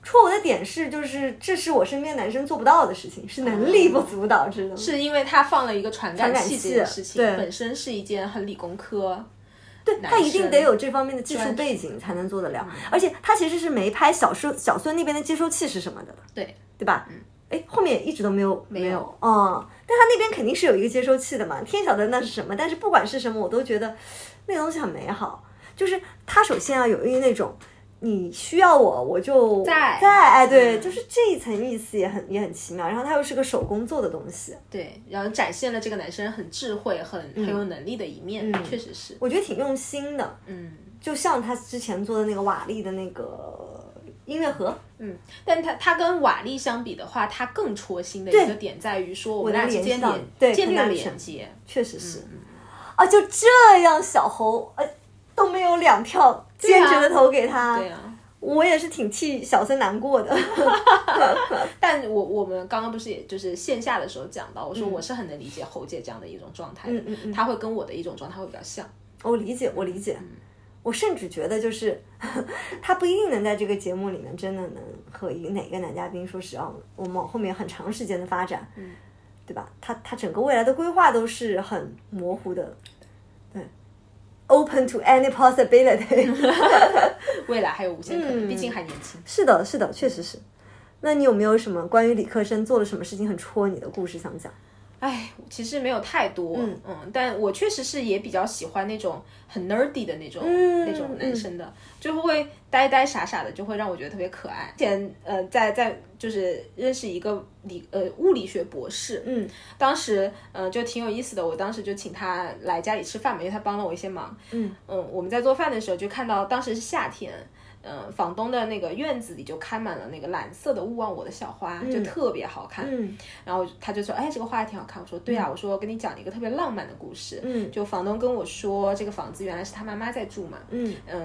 戳我的点是，就是这是我身边男生做不到的事情，是能力不足导致的。嗯是因为他放了一个传感器这器件事情，对本身是一件很理工科，对男他一定生得有这方面的技术专嗯背景才能做得了，而且他其实是没拍小孙小孙那边的接收器是什么的。对，对吧？哎，后面也一直都没有没嗯有嗯，但他那边肯定是有一个接收器的嘛，天晓得那是什么。但是不管是什么，我都觉得那个东西很美好。就是他首先要有一那种你需要我，我就在嗯在，哎，对，就是这一层意思也很也很奇妙。然后它又是个手工做的东西，对，然后展现了这个男生很智慧、很很有能力的一面，嗯确实是，我觉得挺用心的。嗯就像他之前做的那个瓦力的那个音乐盒，嗯。但他他跟瓦力相比的话，他更戳心的一个点在于说，我们俩能之联间系到连对建立了 connection 连接，确实是。嗯啊，就这样，小猴呃都没有两票，坚决的投给他。啊对啊。我也是挺替小森难过的。 [LAUGHS] 但我我们刚刚不是也就是线下的时候讲到，我说我是很能理解侯姐这样的一种状态的，嗯嗯嗯她会跟我的一种状态会比较像，我理解，我理解。嗯我甚至觉得，就是 [LAUGHS] 他不一定能在这个节目里面真的能和一个哪个男嘉宾说是啊，我们往后面很长时间的发展，嗯对吧？他他整个未来的规划都是很模糊的，对，open to any possibility。 [LAUGHS] 未来还有无限可能，嗯毕竟还年轻。是的，是的，确实是。那你有没有什么关于理科生做了什么事情很戳你的故事想讲？哎，其实没有太多，嗯但我确实是也比较喜欢那种很 nerdy 的那种、嗯那种男生的，就会呆呆傻傻的，就会让我觉得特别可爱。之前呃，在在就是认识一个理呃物理学博士，嗯，当时呃就挺有意思的，我当时就请他来家里吃饭嘛，因为他帮了我一些忙，嗯嗯，我们在做饭的时候就看到当时是夏天。嗯，房东的那个院子里就开满了那个蓝色的勿忘我的小花，就特别好看。嗯然后他就说，哎，这个画也挺好看。我说，对啊，我说我跟你讲了一个特别浪漫的故事。嗯就房东跟我说，这个房子原来是他妈妈在住嘛。嗯嗯，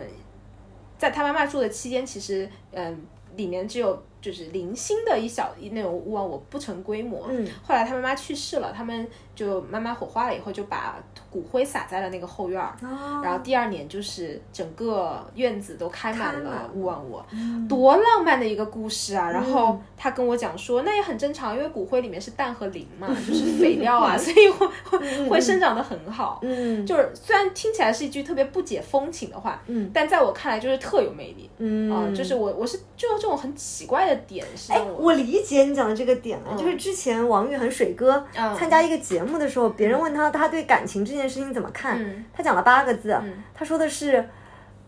在他妈妈住的期间，其实嗯，里面只有就是零星的一小一那种勿忘我不成规模。嗯后来他妈妈去世了，他们就妈妈火化了以后，就把骨灰撒在了那个后院儿。哦然后第二年就是整个院子都开满开满了了勿忘我，多浪漫的一个故事啊！然后嗯他跟我讲说，那也很正常，因为骨灰里面是氮和磷 [LAUGHS] 嘛，就是肥料啊，所以会会会生长得很好。嗯就是虽然听起来是一句特别不解风情的话，嗯但在我看来就是特有魅力。嗯啊、就是我我是就这种很奇怪的点是哎让，我我理解你讲的这个点了，就是之前王昱和水哥嗯参加一个节目的时候，别人问他他对感情这件事情怎么看，嗯他讲了八个字，啊嗯他说的是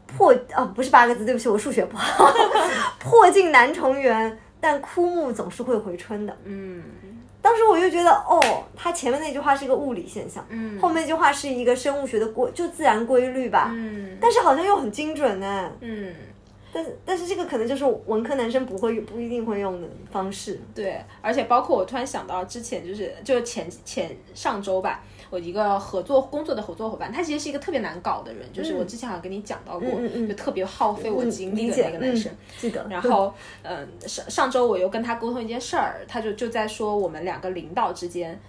破啊不是八个字，对不起，我数学不好， [LAUGHS] 破镜难重圆，但枯木总是会回春的。嗯当时我就觉得，哦，他前面那句话是一个物理现象，嗯后面那句话是一个生物学的规，就自然规律吧，嗯但是好像又很精准呢、嗯。但是但是这个可能就是文科男生不会不一定会用的方式。对，而且包括我突然想到之前就是就前前上周吧，我一个合作工作的合作伙伴，他其实是一个特别难搞的人，就是我之前好像跟你讲到过，嗯嗯嗯嗯就特别耗费我嗯精力理的解那个男生。嗯、记得。然后，嗯，上上周我又跟他沟通一件事儿，他就就在说我们两个领导之间，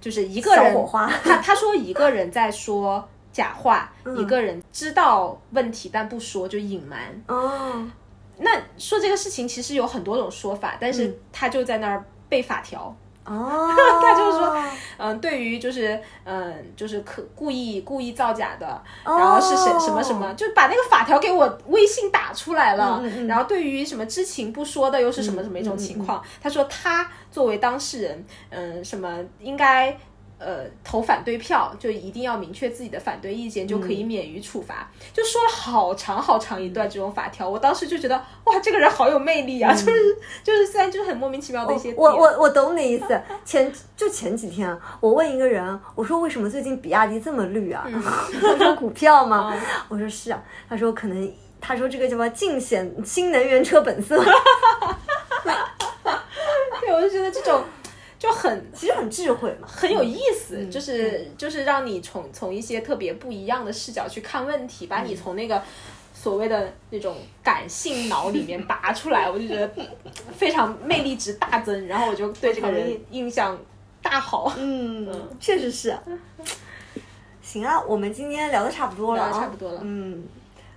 就是一个小人火花他他说一个人在说假话，嗯一个人知道问题但不说就隐瞒， [LAUGHS] 哦，那说这个事情其实有很多种说法，但是他就在那儿背法条。哦，他就说嗯，对于就是嗯，就是可故意故意造假的，哦然后是谁什么什么，就把那个法条给我微信打出来了。嗯嗯嗯然后对于什么知情不说的，又是什么什么一种情况？他说他作为当事人，嗯，什么应该。呃，投反对票就一定要明确自己的反对意见，就可嗯以免于处罚。就说了好长好长一段这种法条，我当时就觉得哇，这个人好有魅力啊！ [LAUGHS] 就是就是，虽然就是很莫名其妙的一些点，嗯我我我懂你意思。前就前几天啊，我问一个人，我说为什么最近比亚迪这么绿啊？嗯 [LAUGHS] 他说股票吗？哦我说是啊。他说可能，他说这个叫什么尽显新能源车本色， [LAUGHS] 对我就觉得这种就很其实很智慧嘛。很有意思，就是、就是让你从从一些特别不一样的视角去看问题，把你从那个所谓的那种感性脑里面拔出来，我就觉得非常魅力值大增，然后我就对这个我同人意印象大好。嗯，确实是。行啊，我们今天聊的差不多了啊，聊得差不多了嗯，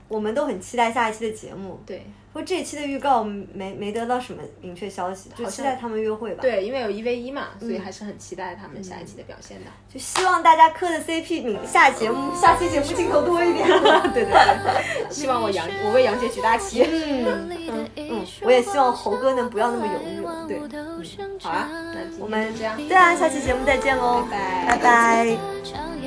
我们都很期待下一期的节目。对不过这一期的预告没没得到什么明确消息，就像期待他们约会吧。， [LAUGHS] 对，因为有一 v 一嘛，所以还是很期待他们下一期的表现的。就希望大家磕的 CP 名下节嗯目下期节目镜头多一点。 [LAUGHS] 对对对， [LAUGHS] 希望我杨我为杨姐举大旗。嗯嗯嗯，我我也也希希望望猴猴哥哥能能不不要要那那么么犹犹豫豫了了。对对，嗯嗯好好啊啊，那那今我我们们嗯就这样对啊，下期节目再见喽，拜拜拜拜拜。